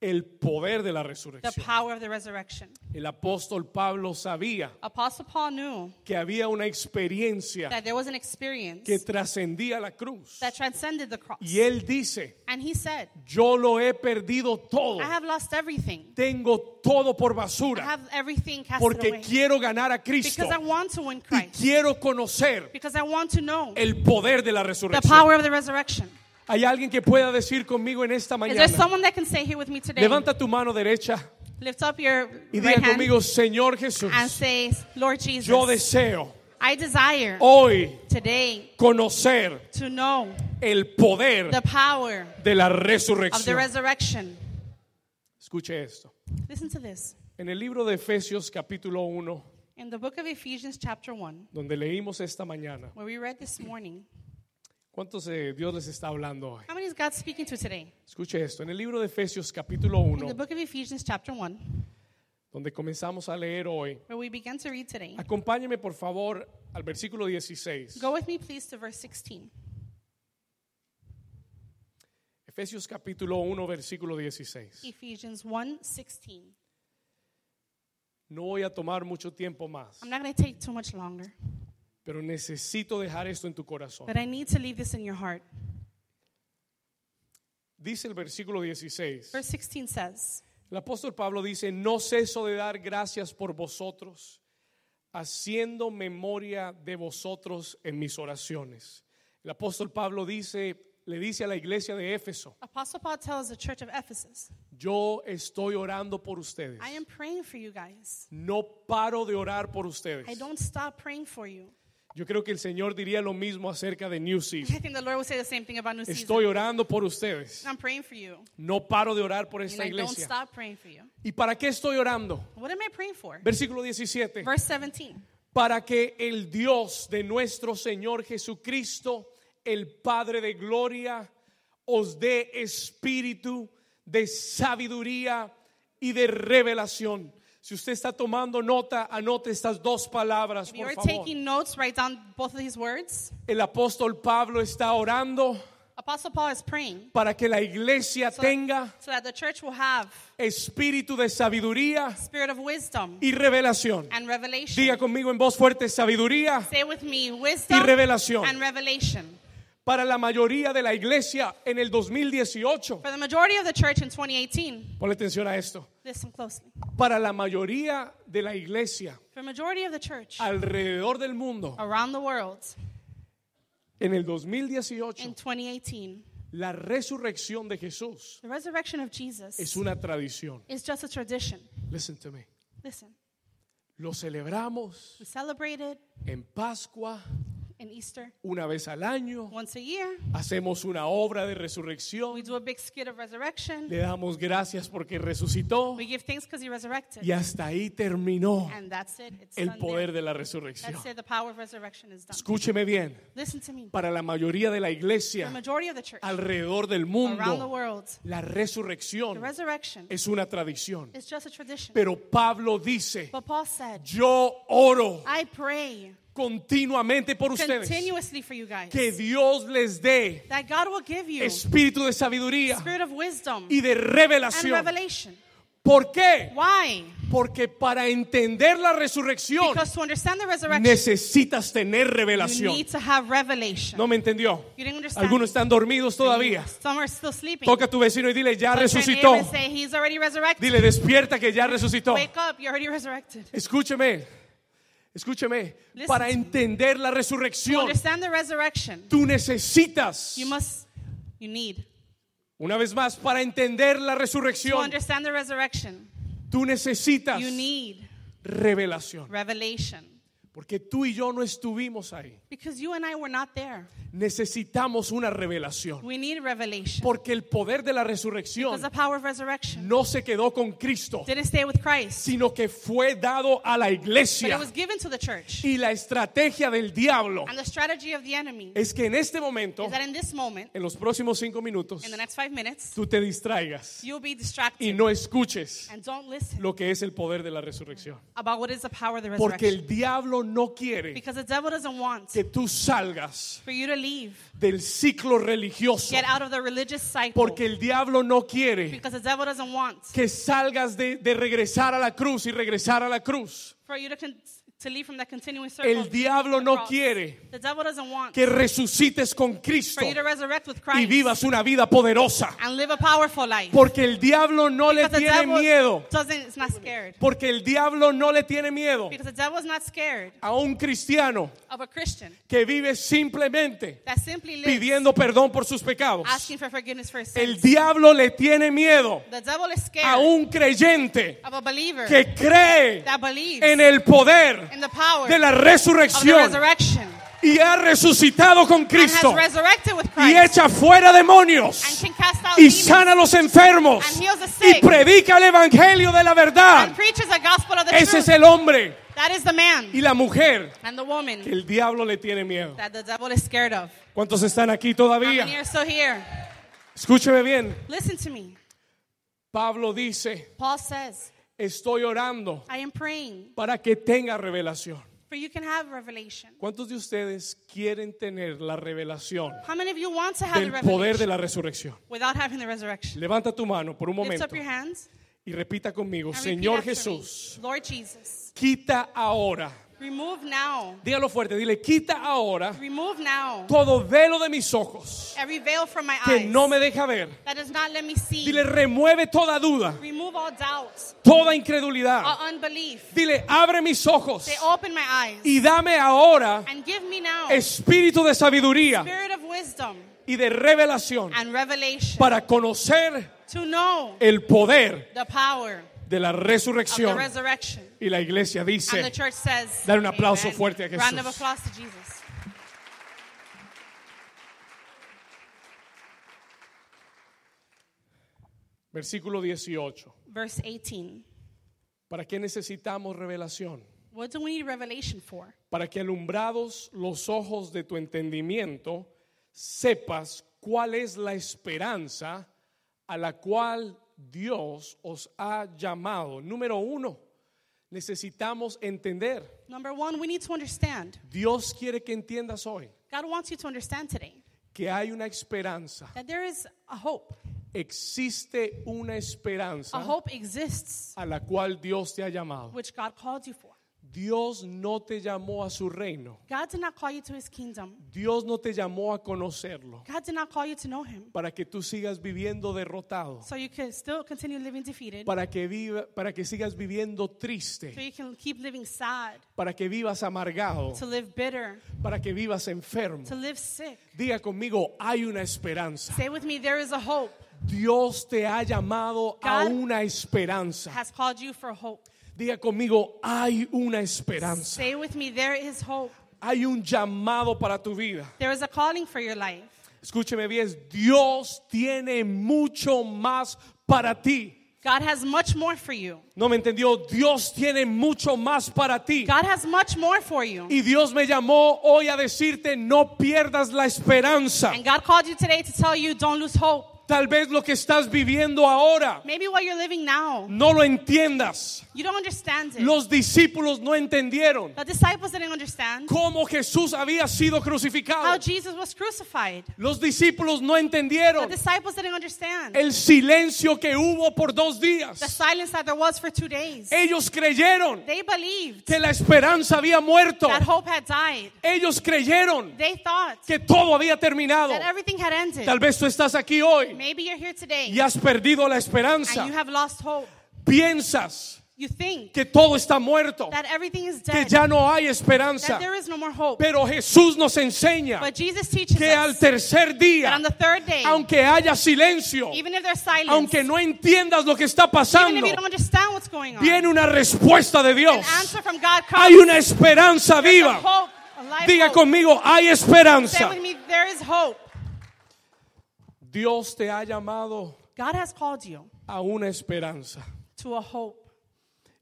[SPEAKER 1] el poder de la
[SPEAKER 2] the
[SPEAKER 1] resurrección.
[SPEAKER 2] power of the resurrection.
[SPEAKER 1] El apóstol Pablo sabía
[SPEAKER 2] Apostle Paul knew
[SPEAKER 1] que había una experiencia
[SPEAKER 2] that there was an experience
[SPEAKER 1] que trascendía la cruz.
[SPEAKER 2] that transcended the cross.
[SPEAKER 1] Y él dice,
[SPEAKER 2] And he said,
[SPEAKER 1] Yo lo he perdido todo.
[SPEAKER 2] I have lost everything.
[SPEAKER 1] Tengo todo por
[SPEAKER 2] I
[SPEAKER 1] basura
[SPEAKER 2] have everything cast
[SPEAKER 1] porque
[SPEAKER 2] away.
[SPEAKER 1] quiero ganar a Cristo
[SPEAKER 2] Because I want to win
[SPEAKER 1] y
[SPEAKER 2] Christ.
[SPEAKER 1] quiero conocer
[SPEAKER 2] Because I want to know
[SPEAKER 1] el poder de la
[SPEAKER 2] the
[SPEAKER 1] resurrección.
[SPEAKER 2] power of the resurrection.
[SPEAKER 1] ¿Hay alguien que pueda decir conmigo en esta
[SPEAKER 2] Is there
[SPEAKER 1] mañana?
[SPEAKER 2] someone that can stay here with me today?
[SPEAKER 1] Levanta tu mano derecha
[SPEAKER 2] Lift up your
[SPEAKER 1] y
[SPEAKER 2] right
[SPEAKER 1] diga
[SPEAKER 2] hand
[SPEAKER 1] conmigo, Señor Jesús,
[SPEAKER 2] and say, Lord
[SPEAKER 1] yo Oh.
[SPEAKER 2] Jesus,
[SPEAKER 1] deseo
[SPEAKER 2] I desire
[SPEAKER 1] hoy
[SPEAKER 2] today
[SPEAKER 1] conocer
[SPEAKER 2] to know
[SPEAKER 1] el poder
[SPEAKER 2] the power
[SPEAKER 1] de la
[SPEAKER 2] of the
[SPEAKER 1] resurrección.
[SPEAKER 2] resurrection.
[SPEAKER 1] Escuche esto.
[SPEAKER 2] Listen to this.
[SPEAKER 1] En el libro de Efesios capítulo 1,
[SPEAKER 2] In the book of Ephesians, chapter 1,
[SPEAKER 1] donde leímos esta mañana,
[SPEAKER 2] where we read this morning,
[SPEAKER 1] ¿cuántos eh, Dios les está hablando hoy?
[SPEAKER 2] how many is God speaking to today?
[SPEAKER 1] Escuche esto, en el libro de Efesios capítulo
[SPEAKER 2] In the
[SPEAKER 1] 1,
[SPEAKER 2] book of Ephesians, chapter 1,
[SPEAKER 1] donde comenzamos a leer hoy,
[SPEAKER 2] where we began to read today,
[SPEAKER 1] acompáñeme por favor al versículo 16.
[SPEAKER 2] go with me, please, to verse 16.
[SPEAKER 1] Efesios capítulo 1, versículo 16.
[SPEAKER 2] Ephesians 1 16.
[SPEAKER 1] No voy a tomar mucho tiempo más,
[SPEAKER 2] I'm not going to take too much longer,
[SPEAKER 1] pero necesito dejar esto en tu corazón.
[SPEAKER 2] but I need to leave this in your heart.
[SPEAKER 1] Dice el versículo 16.
[SPEAKER 2] Verse 16 says,
[SPEAKER 1] El apóstol Pablo dice, no ceso de dar gracias por vosotros, haciendo memoria de vosotros en mis oraciones. El apóstol Pablo dice, le dice a la iglesia de Éfeso,
[SPEAKER 2] Apostle Paul tells the church of Ephesus,
[SPEAKER 1] Yo estoy orando por ustedes.
[SPEAKER 2] I am praying for you guys.
[SPEAKER 1] No paro de orar por ustedes.
[SPEAKER 2] I don't stop praying for you.
[SPEAKER 1] Yo creo que el Señor diría lo mismo acerca de New Season.
[SPEAKER 2] I think the Lord will say the same thing about <laughs> New Season.
[SPEAKER 1] Estoy orando por ustedes.
[SPEAKER 2] I'm praying for you,
[SPEAKER 1] No paro de orar por
[SPEAKER 2] and
[SPEAKER 1] esta
[SPEAKER 2] I don't
[SPEAKER 1] iglesia.
[SPEAKER 2] stop praying for you.
[SPEAKER 1] ¿Y para qué estoy orando?
[SPEAKER 2] What am I praying for?
[SPEAKER 1] Versículo 17.
[SPEAKER 2] Verse 17.
[SPEAKER 1] Para que el Dios de nuestro Señor Jesucristo, el Padre de Gloria, os dé espíritu de sabiduría y de revelación Si usted está tomando nota, anote estas dos palabras,
[SPEAKER 2] If
[SPEAKER 1] por
[SPEAKER 2] you're
[SPEAKER 1] favor.
[SPEAKER 2] taking notes, write down both of these words.
[SPEAKER 1] El apóstol Pablo está orando
[SPEAKER 2] Apostle Paul is praying
[SPEAKER 1] para que la iglesia
[SPEAKER 2] so,
[SPEAKER 1] tenga
[SPEAKER 2] so that the church will have
[SPEAKER 1] espíritu de sabiduría
[SPEAKER 2] spirit of wisdom
[SPEAKER 1] y revelación.
[SPEAKER 2] and revelation.
[SPEAKER 1] Diga conmigo en voz fuerte, sabiduría
[SPEAKER 2] Say with me,
[SPEAKER 1] y
[SPEAKER 2] wisdom
[SPEAKER 1] revelación.
[SPEAKER 2] and revelation.
[SPEAKER 1] Para la mayoría de la iglesia en el 2018,
[SPEAKER 2] For the majority of the church in 2018,
[SPEAKER 1] ponle atención a esto,
[SPEAKER 2] listen closely.
[SPEAKER 1] para la mayoría de la iglesia
[SPEAKER 2] For the majority of the church
[SPEAKER 1] alrededor del mundo
[SPEAKER 2] around the world
[SPEAKER 1] en el
[SPEAKER 2] in
[SPEAKER 1] 2018,
[SPEAKER 2] 2018,
[SPEAKER 1] la resurrección de Jesús
[SPEAKER 2] the resurrection of
[SPEAKER 1] es
[SPEAKER 2] Jesus
[SPEAKER 1] una tradición.
[SPEAKER 2] is just a tradition.
[SPEAKER 1] Listen to me.
[SPEAKER 2] Listen,
[SPEAKER 1] Lo celebramos
[SPEAKER 2] we celebrate it
[SPEAKER 1] en Pascua
[SPEAKER 2] in Easter
[SPEAKER 1] una vez al año.
[SPEAKER 2] once a year.
[SPEAKER 1] Hacemos una obra de
[SPEAKER 2] We
[SPEAKER 1] resurrección.
[SPEAKER 2] do a big skit of resurrection.
[SPEAKER 1] Le damos gracias porque resucitó.
[SPEAKER 2] We give thanks because he resurrected.
[SPEAKER 1] Y hasta ahí terminó
[SPEAKER 2] And that's it. It's
[SPEAKER 1] el
[SPEAKER 2] done
[SPEAKER 1] poder
[SPEAKER 2] there.
[SPEAKER 1] de la resurrección.
[SPEAKER 2] That's it. The power of resurrection is done.
[SPEAKER 1] Escúcheme bien.
[SPEAKER 2] Listen to me.
[SPEAKER 1] Para la mayoría de la
[SPEAKER 2] The
[SPEAKER 1] iglesia
[SPEAKER 2] majority of the church
[SPEAKER 1] alrededor del
[SPEAKER 2] around the
[SPEAKER 1] mundo,
[SPEAKER 2] world,
[SPEAKER 1] la
[SPEAKER 2] the
[SPEAKER 1] resurrección
[SPEAKER 2] resurrection
[SPEAKER 1] es una tradición.
[SPEAKER 2] is just a tradition.
[SPEAKER 1] Pero Pablo dice,
[SPEAKER 2] But Paul said,
[SPEAKER 1] yo oro
[SPEAKER 2] I pray
[SPEAKER 1] continuamente por ustedes.
[SPEAKER 2] continuously for you guys
[SPEAKER 1] Que Dios les dé
[SPEAKER 2] that God will give you
[SPEAKER 1] espíritu de sabiduría
[SPEAKER 2] spirit of wisdom
[SPEAKER 1] y de
[SPEAKER 2] and
[SPEAKER 1] revelación.
[SPEAKER 2] revelation.
[SPEAKER 1] ¿Por qué?
[SPEAKER 2] Why?
[SPEAKER 1] Porque para entender la resurrección
[SPEAKER 2] Because to understand the resurrection,
[SPEAKER 1] necesitas tener
[SPEAKER 2] you
[SPEAKER 1] revelación.
[SPEAKER 2] need to have revelation.
[SPEAKER 1] ¿No me entendió?
[SPEAKER 2] You didn't understand.
[SPEAKER 1] Algunos están dormidos todavía.
[SPEAKER 2] Some are still sleeping.
[SPEAKER 1] Toca a tu vecino y dile, ya
[SPEAKER 2] But your
[SPEAKER 1] resucitó.
[SPEAKER 2] neighbor Say, He's already resurrected.
[SPEAKER 1] Dile, despierta que ya resucitó.
[SPEAKER 2] Wake up, you're already resurrected.
[SPEAKER 1] Escúcheme, escúcheme.
[SPEAKER 2] Listen
[SPEAKER 1] Para
[SPEAKER 2] to me.
[SPEAKER 1] entender la
[SPEAKER 2] To
[SPEAKER 1] resurrección,
[SPEAKER 2] understand the resurrection,
[SPEAKER 1] tú necesitas,
[SPEAKER 2] you must, you need.
[SPEAKER 1] una vez más, para entender la
[SPEAKER 2] To
[SPEAKER 1] resurrección,
[SPEAKER 2] understand the resurrection,
[SPEAKER 1] tú necesitas
[SPEAKER 2] you need
[SPEAKER 1] revelación.
[SPEAKER 2] revelation.
[SPEAKER 1] Porque tú y yo no estuvimos ahí.
[SPEAKER 2] Because you and I were not there.
[SPEAKER 1] Necesitamos una revelación.
[SPEAKER 2] We need revelation.
[SPEAKER 1] Porque el poder de la
[SPEAKER 2] Because
[SPEAKER 1] resurrección
[SPEAKER 2] the power of resurrection
[SPEAKER 1] no se quedó con Cristo,
[SPEAKER 2] didn't stay with Christ,
[SPEAKER 1] sino que fue dado a la
[SPEAKER 2] but
[SPEAKER 1] iglesia.
[SPEAKER 2] it was given to the church.
[SPEAKER 1] Y la estrategia del diablo
[SPEAKER 2] And the strategy of the enemy
[SPEAKER 1] es que en este momento,
[SPEAKER 2] is that in this moment,
[SPEAKER 1] en los próximos cinco minutos,
[SPEAKER 2] in the next five minutes,
[SPEAKER 1] tú te distraigas
[SPEAKER 2] you'll be
[SPEAKER 1] y
[SPEAKER 2] distracted
[SPEAKER 1] no escuches
[SPEAKER 2] and don't listen
[SPEAKER 1] lo que es el poder de la resurrección.
[SPEAKER 2] about what is the power of the
[SPEAKER 1] Porque
[SPEAKER 2] resurrection.
[SPEAKER 1] el diablo no quiere
[SPEAKER 2] Because the devil doesn't want
[SPEAKER 1] que tú salgas
[SPEAKER 2] for you to leave,
[SPEAKER 1] del ciclo religioso.
[SPEAKER 2] get out of the religious cycle.
[SPEAKER 1] Porque el diablo no quiere
[SPEAKER 2] Because the devil doesn't want
[SPEAKER 1] que salgas de, de regresar a la cruz y regresar a la cruz.
[SPEAKER 2] for you to, con- to leave from that continuing circle.
[SPEAKER 1] El
[SPEAKER 2] of
[SPEAKER 1] diablo
[SPEAKER 2] the
[SPEAKER 1] no
[SPEAKER 2] cross.
[SPEAKER 1] quiere
[SPEAKER 2] The devil doesn't want
[SPEAKER 1] que resucites con Cristo
[SPEAKER 2] for you to resurrect with
[SPEAKER 1] y
[SPEAKER 2] Christ
[SPEAKER 1] vivas una vida poderosa.
[SPEAKER 2] and live a powerful life.
[SPEAKER 1] Porque el diablo no le
[SPEAKER 2] Because the
[SPEAKER 1] tiene
[SPEAKER 2] devil
[SPEAKER 1] miedo.
[SPEAKER 2] doesn't is not scared.
[SPEAKER 1] Porque el diablo no le tiene miedo
[SPEAKER 2] Because the devil is not scared
[SPEAKER 1] a un cristiano
[SPEAKER 2] of a Christian
[SPEAKER 1] que vive simplemente
[SPEAKER 2] that simply lives
[SPEAKER 1] pidiendo perdón por sus pecados.
[SPEAKER 2] asking for forgiveness for his
[SPEAKER 1] El
[SPEAKER 2] sins.
[SPEAKER 1] diablo le tiene miedo
[SPEAKER 2] The devil is scared
[SPEAKER 1] a un creyente
[SPEAKER 2] of a believer
[SPEAKER 1] que cree
[SPEAKER 2] that believes
[SPEAKER 1] en el poder
[SPEAKER 2] in the power
[SPEAKER 1] de la
[SPEAKER 2] of the
[SPEAKER 1] resurrección
[SPEAKER 2] resurrection
[SPEAKER 1] y ha resucitado con
[SPEAKER 2] and has
[SPEAKER 1] Cristo
[SPEAKER 2] resurrected with
[SPEAKER 1] y
[SPEAKER 2] Christ
[SPEAKER 1] echa fuera
[SPEAKER 2] and
[SPEAKER 1] demonios
[SPEAKER 2] can cast out
[SPEAKER 1] y
[SPEAKER 2] demons
[SPEAKER 1] sana a los enfermos
[SPEAKER 2] And heals the
[SPEAKER 1] y
[SPEAKER 2] sick.
[SPEAKER 1] predica el evangelio de la verdad.
[SPEAKER 2] and preaches the gospel of the
[SPEAKER 1] Ese
[SPEAKER 2] truth.
[SPEAKER 1] es el hombre
[SPEAKER 2] that is the man
[SPEAKER 1] y la mujer
[SPEAKER 2] and the woman
[SPEAKER 1] que el diablo le tiene miedo.
[SPEAKER 2] that the devil is scared of.
[SPEAKER 1] ¿Cuántos están aquí
[SPEAKER 2] How many
[SPEAKER 1] todavía?
[SPEAKER 2] are still here?
[SPEAKER 1] Escúcheme bien.
[SPEAKER 2] Listen to me.
[SPEAKER 1] Pablo dice,
[SPEAKER 2] Paul says,
[SPEAKER 1] estoy orando
[SPEAKER 2] I am praying
[SPEAKER 1] para que tenga revelación.
[SPEAKER 2] for you can have revelation.
[SPEAKER 1] ¿Cuántos de ustedes quieren tener la revelación
[SPEAKER 2] How many of you want to have
[SPEAKER 1] del
[SPEAKER 2] the
[SPEAKER 1] poder de
[SPEAKER 2] revelation
[SPEAKER 1] la resurrección?
[SPEAKER 2] without having the resurrection?
[SPEAKER 1] Levanta tu mano por un
[SPEAKER 2] Lift
[SPEAKER 1] momento
[SPEAKER 2] up your hands
[SPEAKER 1] y repita conmigo,
[SPEAKER 2] and repeat
[SPEAKER 1] Señor
[SPEAKER 2] after me.
[SPEAKER 1] Jesús,
[SPEAKER 2] Lord Jesus,
[SPEAKER 1] quita ahora,
[SPEAKER 2] remove now,
[SPEAKER 1] dígalo fuerte, dile, quita ahora
[SPEAKER 2] remove now
[SPEAKER 1] todo velo de mis ojos
[SPEAKER 2] every veil from my
[SPEAKER 1] que
[SPEAKER 2] eyes
[SPEAKER 1] no me deja ver.
[SPEAKER 2] that does not let me see.
[SPEAKER 1] Dile, remueve toda duda,
[SPEAKER 2] remove all doubts,
[SPEAKER 1] toda incredulidad.
[SPEAKER 2] all unbelief.
[SPEAKER 1] Dile, abre mis ojos
[SPEAKER 2] They open my eyes
[SPEAKER 1] y dame ahora
[SPEAKER 2] and give me now
[SPEAKER 1] espíritu de sabiduría
[SPEAKER 2] spirit of wisdom
[SPEAKER 1] y de revelación
[SPEAKER 2] and revelation
[SPEAKER 1] para conocer
[SPEAKER 2] to know
[SPEAKER 1] el poder
[SPEAKER 2] the power
[SPEAKER 1] de la
[SPEAKER 2] of the
[SPEAKER 1] resurrección.
[SPEAKER 2] resurrection.
[SPEAKER 1] Y la iglesia
[SPEAKER 2] And the
[SPEAKER 1] dice,
[SPEAKER 2] church says,
[SPEAKER 1] Dale un aplauso
[SPEAKER 2] Amen.
[SPEAKER 1] fuerte a Jesús.
[SPEAKER 2] Round of applause to Jesus.
[SPEAKER 1] versículo 18,
[SPEAKER 2] Verse 18.
[SPEAKER 1] ¿para qué necesitamos revelación?
[SPEAKER 2] What do we need revelation for?
[SPEAKER 1] Para que alumbrados los ojos de tu entendimiento, sepas cuál es la esperanza a la cual Dios os ha llamado. Número uno, necesitamos entender.
[SPEAKER 2] Number one, we need to understand.
[SPEAKER 1] Dios quiere que entiendas hoy
[SPEAKER 2] God wants you to understand today
[SPEAKER 1] que hay una esperanza.
[SPEAKER 2] that there is a hope.
[SPEAKER 1] Existe una
[SPEAKER 2] A
[SPEAKER 1] esperanza
[SPEAKER 2] hope exists,
[SPEAKER 1] a la cual Dios te ha llamado.
[SPEAKER 2] which God called you for.
[SPEAKER 1] Dios no te llamó a su reino.
[SPEAKER 2] God did not call you to his kingdom.
[SPEAKER 1] Dios no te llamó a conocerlo
[SPEAKER 2] God did not call you to know him.
[SPEAKER 1] para que tú sigas viviendo derrotado,
[SPEAKER 2] So you can still continue living defeated.
[SPEAKER 1] para que viva, para que sigas viviendo
[SPEAKER 2] So
[SPEAKER 1] triste,
[SPEAKER 2] you can keep living sad,
[SPEAKER 1] para que vivas amargado,
[SPEAKER 2] to live bitter,
[SPEAKER 1] para que vivas enfermo.
[SPEAKER 2] to live sick.
[SPEAKER 1] Diga conmigo, hay una esperanza.
[SPEAKER 2] Say with me, there is a hope.
[SPEAKER 1] Dios te ha llamado a
[SPEAKER 2] God
[SPEAKER 1] una esperanza.
[SPEAKER 2] Has called you for hope.
[SPEAKER 1] Diga conmigo, hay una esperanza.
[SPEAKER 2] Say with me, there is hope.
[SPEAKER 1] Hay un llamado para tu vida.
[SPEAKER 2] There is a calling for your life.
[SPEAKER 1] Escúcheme bien, Dios tiene mucho más para ti.
[SPEAKER 2] God has much more for you.
[SPEAKER 1] No me entendió, Dios tiene mucho más para ti.
[SPEAKER 2] God has much more for you.
[SPEAKER 1] Y Dios me llamó hoy a decirte, no pierdas la esperanza.
[SPEAKER 2] And God called you today to tell you, don't lose hope.
[SPEAKER 1] Tal vez lo que estás viviendo ahora
[SPEAKER 2] Maybe what you're living now,
[SPEAKER 1] no lo entiendas.
[SPEAKER 2] you don't understand it.
[SPEAKER 1] Los discípulos no entendieron
[SPEAKER 2] The disciples didn't understand
[SPEAKER 1] cómo Jesús había sido
[SPEAKER 2] how
[SPEAKER 1] crucificado.
[SPEAKER 2] Jesus was crucified.
[SPEAKER 1] Los discípulos no
[SPEAKER 2] The
[SPEAKER 1] entendieron
[SPEAKER 2] disciples didn't understand
[SPEAKER 1] el silencio que hubo por dos
[SPEAKER 2] the
[SPEAKER 1] días.
[SPEAKER 2] silence that there was for two days.
[SPEAKER 1] Ellos creyeron
[SPEAKER 2] They believed
[SPEAKER 1] que la esperanza había muerto.
[SPEAKER 2] that hope had died.
[SPEAKER 1] Ellos creyeron
[SPEAKER 2] They thought
[SPEAKER 1] que todo había terminado.
[SPEAKER 2] that everything had ended.
[SPEAKER 1] Tal vez tú estás aquí hoy
[SPEAKER 2] Maybe you're here today
[SPEAKER 1] y has perdido la
[SPEAKER 2] and you
[SPEAKER 1] esperanza.
[SPEAKER 2] have lost hope.
[SPEAKER 1] Piensas
[SPEAKER 2] You think
[SPEAKER 1] que todo está muerto,
[SPEAKER 2] that everything is
[SPEAKER 1] que
[SPEAKER 2] dead,
[SPEAKER 1] ya no hay esperanza.
[SPEAKER 2] that there is no more hope.
[SPEAKER 1] Pero Jesús nos enseña
[SPEAKER 2] But Jesus teaches
[SPEAKER 1] que al
[SPEAKER 2] us
[SPEAKER 1] tercer
[SPEAKER 2] that
[SPEAKER 1] día,
[SPEAKER 2] on the third day,
[SPEAKER 1] aunque haya silencio,
[SPEAKER 2] even if there's silence,
[SPEAKER 1] aunque no entiendas lo que está
[SPEAKER 2] even
[SPEAKER 1] pasando,
[SPEAKER 2] if you don't understand what's going on,
[SPEAKER 1] viene una respuesta de Dios.
[SPEAKER 2] an answer from God comes.
[SPEAKER 1] Hay una esperanza
[SPEAKER 2] There's a
[SPEAKER 1] viva.
[SPEAKER 2] hope, a life
[SPEAKER 1] Diga
[SPEAKER 2] hope.
[SPEAKER 1] conmigo, hay
[SPEAKER 2] Say
[SPEAKER 1] esperanza.
[SPEAKER 2] with me, there is hope.
[SPEAKER 1] Dios te ha llamado
[SPEAKER 2] God has called you
[SPEAKER 1] a una esperanza.
[SPEAKER 2] to a hope.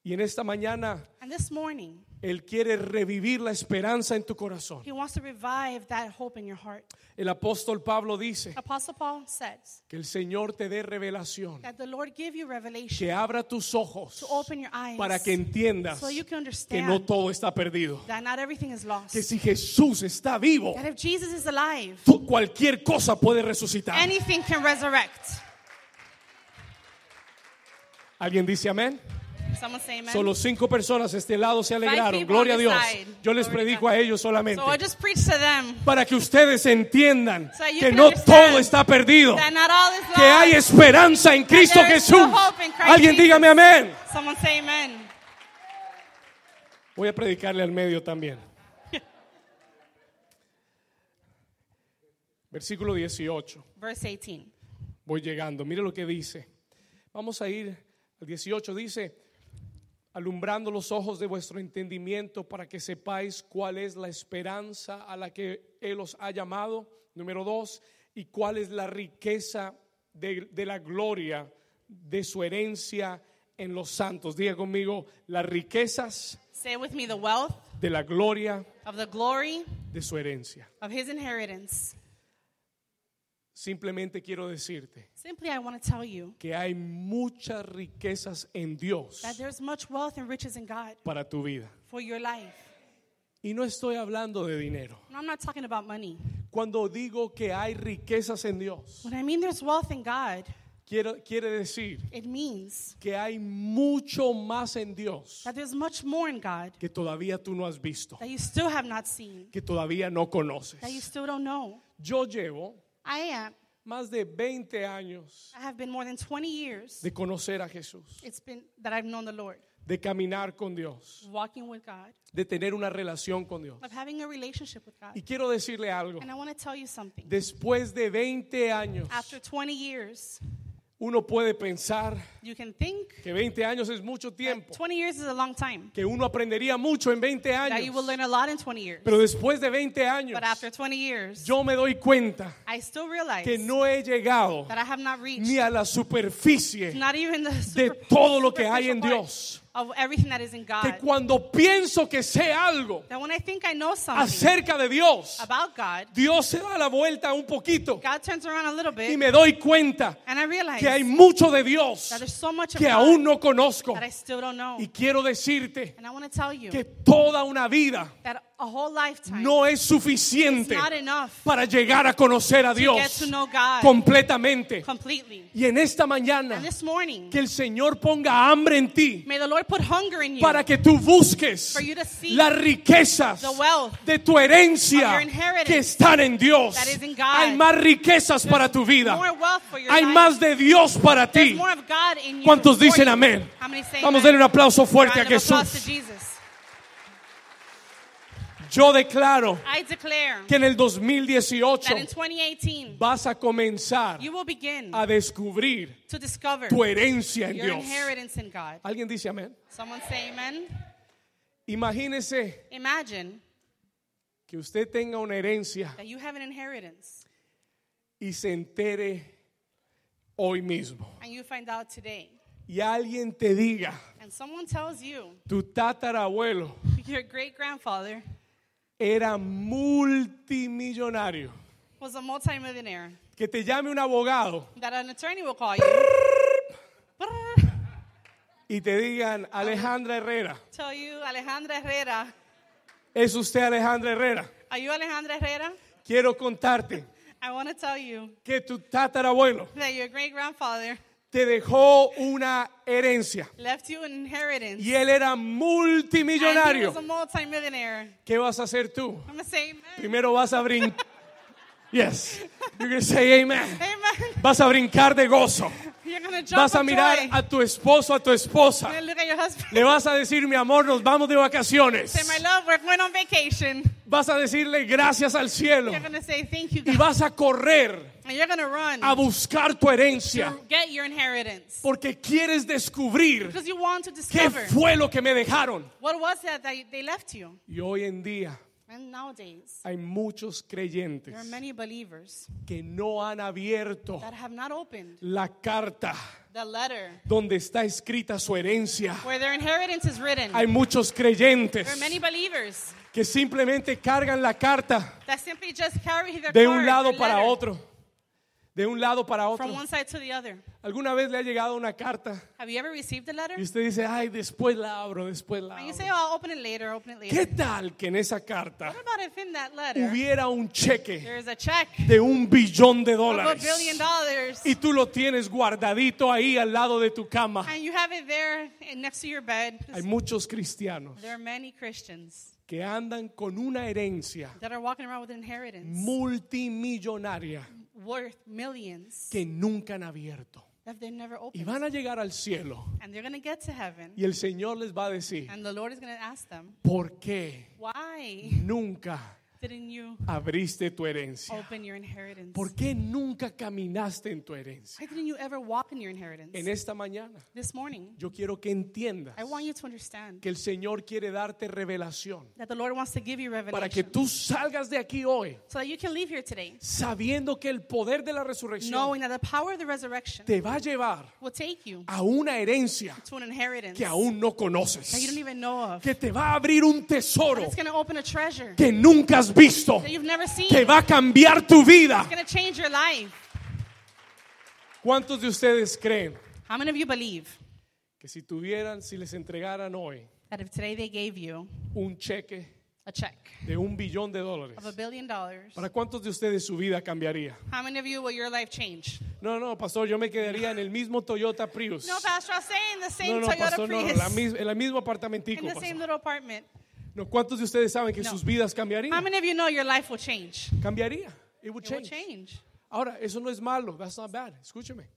[SPEAKER 1] Y en esta mañana
[SPEAKER 2] And this morning,
[SPEAKER 1] Él quiere revivir la esperanza en tu corazón.
[SPEAKER 2] He wants to revive that hope in your heart.
[SPEAKER 1] El apóstol Pablo dice
[SPEAKER 2] Apostle Paul says
[SPEAKER 1] que el Señor te dé revelación,
[SPEAKER 2] that the Lord give you revelation
[SPEAKER 1] que abra tus ojos
[SPEAKER 2] to open your eyes
[SPEAKER 1] para que entiendas
[SPEAKER 2] so you can
[SPEAKER 1] que
[SPEAKER 2] understand
[SPEAKER 1] no todo está perdido,
[SPEAKER 2] that not everything is lost.
[SPEAKER 1] que si Jesús está vivo,
[SPEAKER 2] That if Jesus is alive,
[SPEAKER 1] tú- cualquier cosa puede resucitar.
[SPEAKER 2] anything can resurrect.
[SPEAKER 1] ¿Alguien dice amén?
[SPEAKER 2] Someone say amen.
[SPEAKER 1] Solo cinco personas de este lado se alegraron.
[SPEAKER 2] people
[SPEAKER 1] Gloria a
[SPEAKER 2] on
[SPEAKER 1] Dios.
[SPEAKER 2] this side.
[SPEAKER 1] Yo les
[SPEAKER 2] Gloria a
[SPEAKER 1] predico
[SPEAKER 2] Dios.
[SPEAKER 1] a ellos solamente.
[SPEAKER 2] so I just preach to them
[SPEAKER 1] Para que ustedes entiendan
[SPEAKER 2] So you
[SPEAKER 1] que
[SPEAKER 2] can
[SPEAKER 1] no
[SPEAKER 2] understand
[SPEAKER 1] todo está perdido.
[SPEAKER 2] that not all is lost.
[SPEAKER 1] Que hay esperanza en Cristo
[SPEAKER 2] there is
[SPEAKER 1] Jesús.
[SPEAKER 2] no hope in Christ
[SPEAKER 1] Alguien
[SPEAKER 2] Jesus.
[SPEAKER 1] dígame amén.
[SPEAKER 2] Someone say amen.
[SPEAKER 1] Voy a predicarle al medio también. Versículo 18.
[SPEAKER 2] Verse 18.
[SPEAKER 1] Voy llegando. Mire lo que dice. Vamos a ir al 18. Dice, alumbrando los ojos de vuestro entendimiento para que sepáis cuál es la esperanza a la que Él os ha llamado. Número dos, y cuál es la riqueza de, de la gloria de su herencia en los santos. Diga conmigo, las riquezas
[SPEAKER 2] Say with me the wealth
[SPEAKER 1] de la gloria
[SPEAKER 2] of the glory
[SPEAKER 1] de su herencia.
[SPEAKER 2] of his inheritance.
[SPEAKER 1] Simplemente quiero decirte
[SPEAKER 2] Simply, I want to tell you
[SPEAKER 1] que hay muchas riquezas en Dios
[SPEAKER 2] that there's much wealth and riches in God
[SPEAKER 1] para tu vida.
[SPEAKER 2] for your life.
[SPEAKER 1] Y no estoy hablando de dinero.
[SPEAKER 2] And I'm not talking about money.
[SPEAKER 1] Cuando digo que hay riquezas en Dios,
[SPEAKER 2] When I mean there's wealth in God,
[SPEAKER 1] quiero, quiere decir
[SPEAKER 2] it means
[SPEAKER 1] que hay mucho más en Dios
[SPEAKER 2] that there's much more in God
[SPEAKER 1] que todavía tú no has visto,
[SPEAKER 2] that you still have not seen,
[SPEAKER 1] que todavía no
[SPEAKER 2] that you
[SPEAKER 1] conoces.
[SPEAKER 2] still don't know.
[SPEAKER 1] Yo llevo
[SPEAKER 2] I am.
[SPEAKER 1] más de 20 años
[SPEAKER 2] I have been more than 20 years.
[SPEAKER 1] de conocer a Jesús,
[SPEAKER 2] It's been that I've known the Lord,
[SPEAKER 1] de caminar con Dios,
[SPEAKER 2] walking with God,
[SPEAKER 1] de tener una relación con Dios.
[SPEAKER 2] of having a relationship with God.
[SPEAKER 1] Y quiero decirle algo.
[SPEAKER 2] And I want to tell you something.
[SPEAKER 1] Después de 20 años,
[SPEAKER 2] After 20 years,
[SPEAKER 1] uno puede pensar
[SPEAKER 2] you can think
[SPEAKER 1] que 20 años es mucho tiempo,
[SPEAKER 2] 20 years is a long time.
[SPEAKER 1] que uno aprendería mucho en 20
[SPEAKER 2] That you will
[SPEAKER 1] años.
[SPEAKER 2] learn a lot in 20 years.
[SPEAKER 1] Pero después de 20 años,
[SPEAKER 2] But after 20 years,
[SPEAKER 1] yo me doy cuenta
[SPEAKER 2] I still realize
[SPEAKER 1] que no he llegado
[SPEAKER 2] that I have not reached
[SPEAKER 1] ni a la superficie
[SPEAKER 2] not even the
[SPEAKER 1] de
[SPEAKER 2] super,
[SPEAKER 1] todo lo que hay
[SPEAKER 2] superficial
[SPEAKER 1] en
[SPEAKER 2] part
[SPEAKER 1] Dios.
[SPEAKER 2] of everything that is in
[SPEAKER 1] Que
[SPEAKER 2] God.
[SPEAKER 1] cuando pienso que sé algo
[SPEAKER 2] That when I think I know something
[SPEAKER 1] acerca de Dios,
[SPEAKER 2] about God,
[SPEAKER 1] Dios se da la vuelta un poquito
[SPEAKER 2] God turns around a little
[SPEAKER 1] y
[SPEAKER 2] bit
[SPEAKER 1] me doy cuenta
[SPEAKER 2] And I realized
[SPEAKER 1] que hay mucho de Dios
[SPEAKER 2] that there's so much of
[SPEAKER 1] que
[SPEAKER 2] God
[SPEAKER 1] aún no conozco.
[SPEAKER 2] that I still don't know.
[SPEAKER 1] Y quiero decirte
[SPEAKER 2] and I want to tell you
[SPEAKER 1] que toda una vida
[SPEAKER 2] that a whole lifetime
[SPEAKER 1] no es
[SPEAKER 2] is
[SPEAKER 1] suficiente
[SPEAKER 2] not enough
[SPEAKER 1] para llegar a conocer a
[SPEAKER 2] to get
[SPEAKER 1] Dios
[SPEAKER 2] to know God
[SPEAKER 1] completamente.
[SPEAKER 2] completely.
[SPEAKER 1] Y en esta mañana,
[SPEAKER 2] And this morning,
[SPEAKER 1] que el Señor ponga hambre en ti
[SPEAKER 2] may the Lord put hunger in you
[SPEAKER 1] para que tú busques
[SPEAKER 2] Mm-hmm. for you to seek
[SPEAKER 1] las riquezas
[SPEAKER 2] the wealth
[SPEAKER 1] de tu herencia
[SPEAKER 2] of your inheritance
[SPEAKER 1] que están en Dios.
[SPEAKER 2] that is in God.
[SPEAKER 1] Hay más riquezas para tu vida.
[SPEAKER 2] more wealth for your
[SPEAKER 1] Hay
[SPEAKER 2] life.
[SPEAKER 1] más de Dios para
[SPEAKER 2] There's
[SPEAKER 1] ti.
[SPEAKER 2] more of God in you.
[SPEAKER 1] ¿Cuántos
[SPEAKER 2] for
[SPEAKER 1] dicen
[SPEAKER 2] you.
[SPEAKER 1] amén?
[SPEAKER 2] How many say
[SPEAKER 1] Vamos a
[SPEAKER 2] amen?
[SPEAKER 1] darle un aplauso fuerte a
[SPEAKER 2] Round of applause to
[SPEAKER 1] Jesús.
[SPEAKER 2] Jesus.
[SPEAKER 1] Yo declaro
[SPEAKER 2] I declare
[SPEAKER 1] que en el
[SPEAKER 2] that
[SPEAKER 1] 2018
[SPEAKER 2] in 2018,
[SPEAKER 1] vas a comenzar
[SPEAKER 2] you will begin
[SPEAKER 1] a descubrir
[SPEAKER 2] to discover
[SPEAKER 1] tu herencia en
[SPEAKER 2] your
[SPEAKER 1] Dios.
[SPEAKER 2] inheritance in God.
[SPEAKER 1] ¿Alguien dice amén?
[SPEAKER 2] Someone say amen.
[SPEAKER 1] Imagínese
[SPEAKER 2] Imagine
[SPEAKER 1] que usted tenga una herencia
[SPEAKER 2] that you have an inheritance
[SPEAKER 1] y se entere hoy mismo.
[SPEAKER 2] and you find out today.
[SPEAKER 1] Y alguien te diga,
[SPEAKER 2] And someone tells you
[SPEAKER 1] tu tatarabuelo
[SPEAKER 2] your great grandfather
[SPEAKER 1] era multimillonario.
[SPEAKER 2] was a multimillionaire,
[SPEAKER 1] Que te llame un abogado
[SPEAKER 2] that an attorney will call you, <laughs> brrr,
[SPEAKER 1] y te digan, Alejandra Herrera,
[SPEAKER 2] tell you, Alejandra Herrera.
[SPEAKER 1] ¿es usted Alejandra Herrera?
[SPEAKER 2] Are you Alejandra Herrera?
[SPEAKER 1] Quiero contarte
[SPEAKER 2] I want to tell you
[SPEAKER 1] que tu tatarabuelo
[SPEAKER 2] that your great grandfather
[SPEAKER 1] te dejó una herencia
[SPEAKER 2] left you an inheritance.
[SPEAKER 1] y él era
[SPEAKER 2] And he was a
[SPEAKER 1] multimillonario.
[SPEAKER 2] multimillionaire.
[SPEAKER 1] ¿Qué vas a hacer tú?
[SPEAKER 2] I'm going to say amen.
[SPEAKER 1] Primero vas a brincar. Yes. You're gonna say amen.
[SPEAKER 2] Amen. <laughs>
[SPEAKER 1] Vas a brincar de gozo.
[SPEAKER 2] You're going to jump
[SPEAKER 1] Vas a
[SPEAKER 2] with
[SPEAKER 1] mirar
[SPEAKER 2] joy.
[SPEAKER 1] a tu esposo, a tu esposa.
[SPEAKER 2] You're gonna look at your husband.
[SPEAKER 1] Le vas a decir, mi amor, nos vamos de
[SPEAKER 2] Say, my
[SPEAKER 1] vacaciones.
[SPEAKER 2] love, we're going on vacation.
[SPEAKER 1] Vas a decirle gracias al cielo.
[SPEAKER 2] You're going to say, thank you,
[SPEAKER 1] Y
[SPEAKER 2] God.
[SPEAKER 1] vas a correr
[SPEAKER 2] And you're going to run
[SPEAKER 1] a buscar tu herencia.
[SPEAKER 2] to get your inheritance.
[SPEAKER 1] Porque quieres descubrir
[SPEAKER 2] Because you want to
[SPEAKER 1] qué
[SPEAKER 2] discover
[SPEAKER 1] fue lo que me dejaron.
[SPEAKER 2] what was that that they left you.
[SPEAKER 1] Y hoy en día
[SPEAKER 2] And nowadays,
[SPEAKER 1] hay muchos
[SPEAKER 2] there are
[SPEAKER 1] creyentes
[SPEAKER 2] many believers
[SPEAKER 1] que no han abierto
[SPEAKER 2] that have not opened
[SPEAKER 1] la carta
[SPEAKER 2] the letter
[SPEAKER 1] donde está escrita su herencia.
[SPEAKER 2] where their inheritance is written.
[SPEAKER 1] Hay
[SPEAKER 2] There
[SPEAKER 1] muchos
[SPEAKER 2] are
[SPEAKER 1] creyentes
[SPEAKER 2] many believers
[SPEAKER 1] que simplemente cargan la carta
[SPEAKER 2] that simply just carry their
[SPEAKER 1] de
[SPEAKER 2] card,
[SPEAKER 1] un lado
[SPEAKER 2] their
[SPEAKER 1] para
[SPEAKER 2] letter,
[SPEAKER 1] otro. De un lado para
[SPEAKER 2] from
[SPEAKER 1] otro.
[SPEAKER 2] one side to the other.
[SPEAKER 1] ¿Alguna vez le ha llegado una carta
[SPEAKER 2] Have you ever received a letter?
[SPEAKER 1] y usted dice, ay, después la abro, después la
[SPEAKER 2] And you say,
[SPEAKER 1] abro?
[SPEAKER 2] oh, I'll open it later, open it later.
[SPEAKER 1] ¿Qué tal que en esa carta
[SPEAKER 2] What about if in that letter
[SPEAKER 1] hubiera un cheque
[SPEAKER 2] there is a check
[SPEAKER 1] de un billón de
[SPEAKER 2] of a billion
[SPEAKER 1] dólares
[SPEAKER 2] dollars
[SPEAKER 1] y tú lo tienes guardadito ahí al lado de tu cama?
[SPEAKER 2] and you have it there and next to your bed?
[SPEAKER 1] Hay muchos cristianos
[SPEAKER 2] There are many Christians
[SPEAKER 1] que andan con una herencia
[SPEAKER 2] that are walking around with inheritance
[SPEAKER 1] multimillonaria
[SPEAKER 2] worth millions
[SPEAKER 1] que nunca han abierto.
[SPEAKER 2] that they never
[SPEAKER 1] Y
[SPEAKER 2] opened.
[SPEAKER 1] van a llegar al cielo
[SPEAKER 2] And they're going to get to heaven
[SPEAKER 1] y el Señor les va a decir,
[SPEAKER 2] and the Lord is going to ask them,
[SPEAKER 1] ¿por qué
[SPEAKER 2] why
[SPEAKER 1] nunca
[SPEAKER 2] didn't you
[SPEAKER 1] abriste tu herencia?
[SPEAKER 2] open your inheritance?
[SPEAKER 1] ¿Por qué nunca caminaste en tu herencia?
[SPEAKER 2] Why didn't you ever walk in your inheritance?
[SPEAKER 1] En esta mañana
[SPEAKER 2] This morning,
[SPEAKER 1] yo quiero que entiendas
[SPEAKER 2] I want you to understand
[SPEAKER 1] que el Señor quiere darte revelación
[SPEAKER 2] that the Lord wants to give you
[SPEAKER 1] para que
[SPEAKER 2] revelation
[SPEAKER 1] tú salgas de aquí hoy
[SPEAKER 2] so that you can leave here today
[SPEAKER 1] sabiendo que el poder de la resurrección
[SPEAKER 2] knowing that the power of the resurrection
[SPEAKER 1] te va a llevar
[SPEAKER 2] will take you
[SPEAKER 1] a una herencia
[SPEAKER 2] to an inheritance
[SPEAKER 1] que aún no
[SPEAKER 2] that you don't
[SPEAKER 1] conoces,
[SPEAKER 2] even know of.
[SPEAKER 1] que te va a abrir un
[SPEAKER 2] But
[SPEAKER 1] tesoro
[SPEAKER 2] it's going to open a treasure
[SPEAKER 1] que nunca has visto,
[SPEAKER 2] that you've never seen.
[SPEAKER 1] que va a cambiar tu vida.
[SPEAKER 2] It's going to change your life.
[SPEAKER 1] ¿Cuántos de ustedes creen
[SPEAKER 2] How many of you believe
[SPEAKER 1] que si tuvieran, si les entregaran hoy
[SPEAKER 2] that if today they gave you
[SPEAKER 1] un cheque
[SPEAKER 2] a check
[SPEAKER 1] de un billón de dólares,
[SPEAKER 2] of a billion dollars,
[SPEAKER 1] ¿para cuántos de ustedes su vida cambiaría?
[SPEAKER 2] how many of you will your life change?
[SPEAKER 1] No, no, pastor, yo me quedaría en el mismo Toyota Prius.
[SPEAKER 2] No, Pastor, I'll stay in the
[SPEAKER 1] No,
[SPEAKER 2] same
[SPEAKER 1] no,
[SPEAKER 2] Toyota
[SPEAKER 1] pastor, no,
[SPEAKER 2] Prius,
[SPEAKER 1] la mis- en el mismo
[SPEAKER 2] <laughs> in
[SPEAKER 1] apartamentico.
[SPEAKER 2] the
[SPEAKER 1] pastor.
[SPEAKER 2] same little apartment.
[SPEAKER 1] No, ¿Cuántos de ustedes saben que
[SPEAKER 2] No.
[SPEAKER 1] sus vidas
[SPEAKER 2] How
[SPEAKER 1] cambiarían?
[SPEAKER 2] many of you know your life will change?
[SPEAKER 1] Cambiaría. It would
[SPEAKER 2] It will
[SPEAKER 1] change.
[SPEAKER 2] change.
[SPEAKER 1] Ahora, eso no es malo. That's not bad. Escúcheme.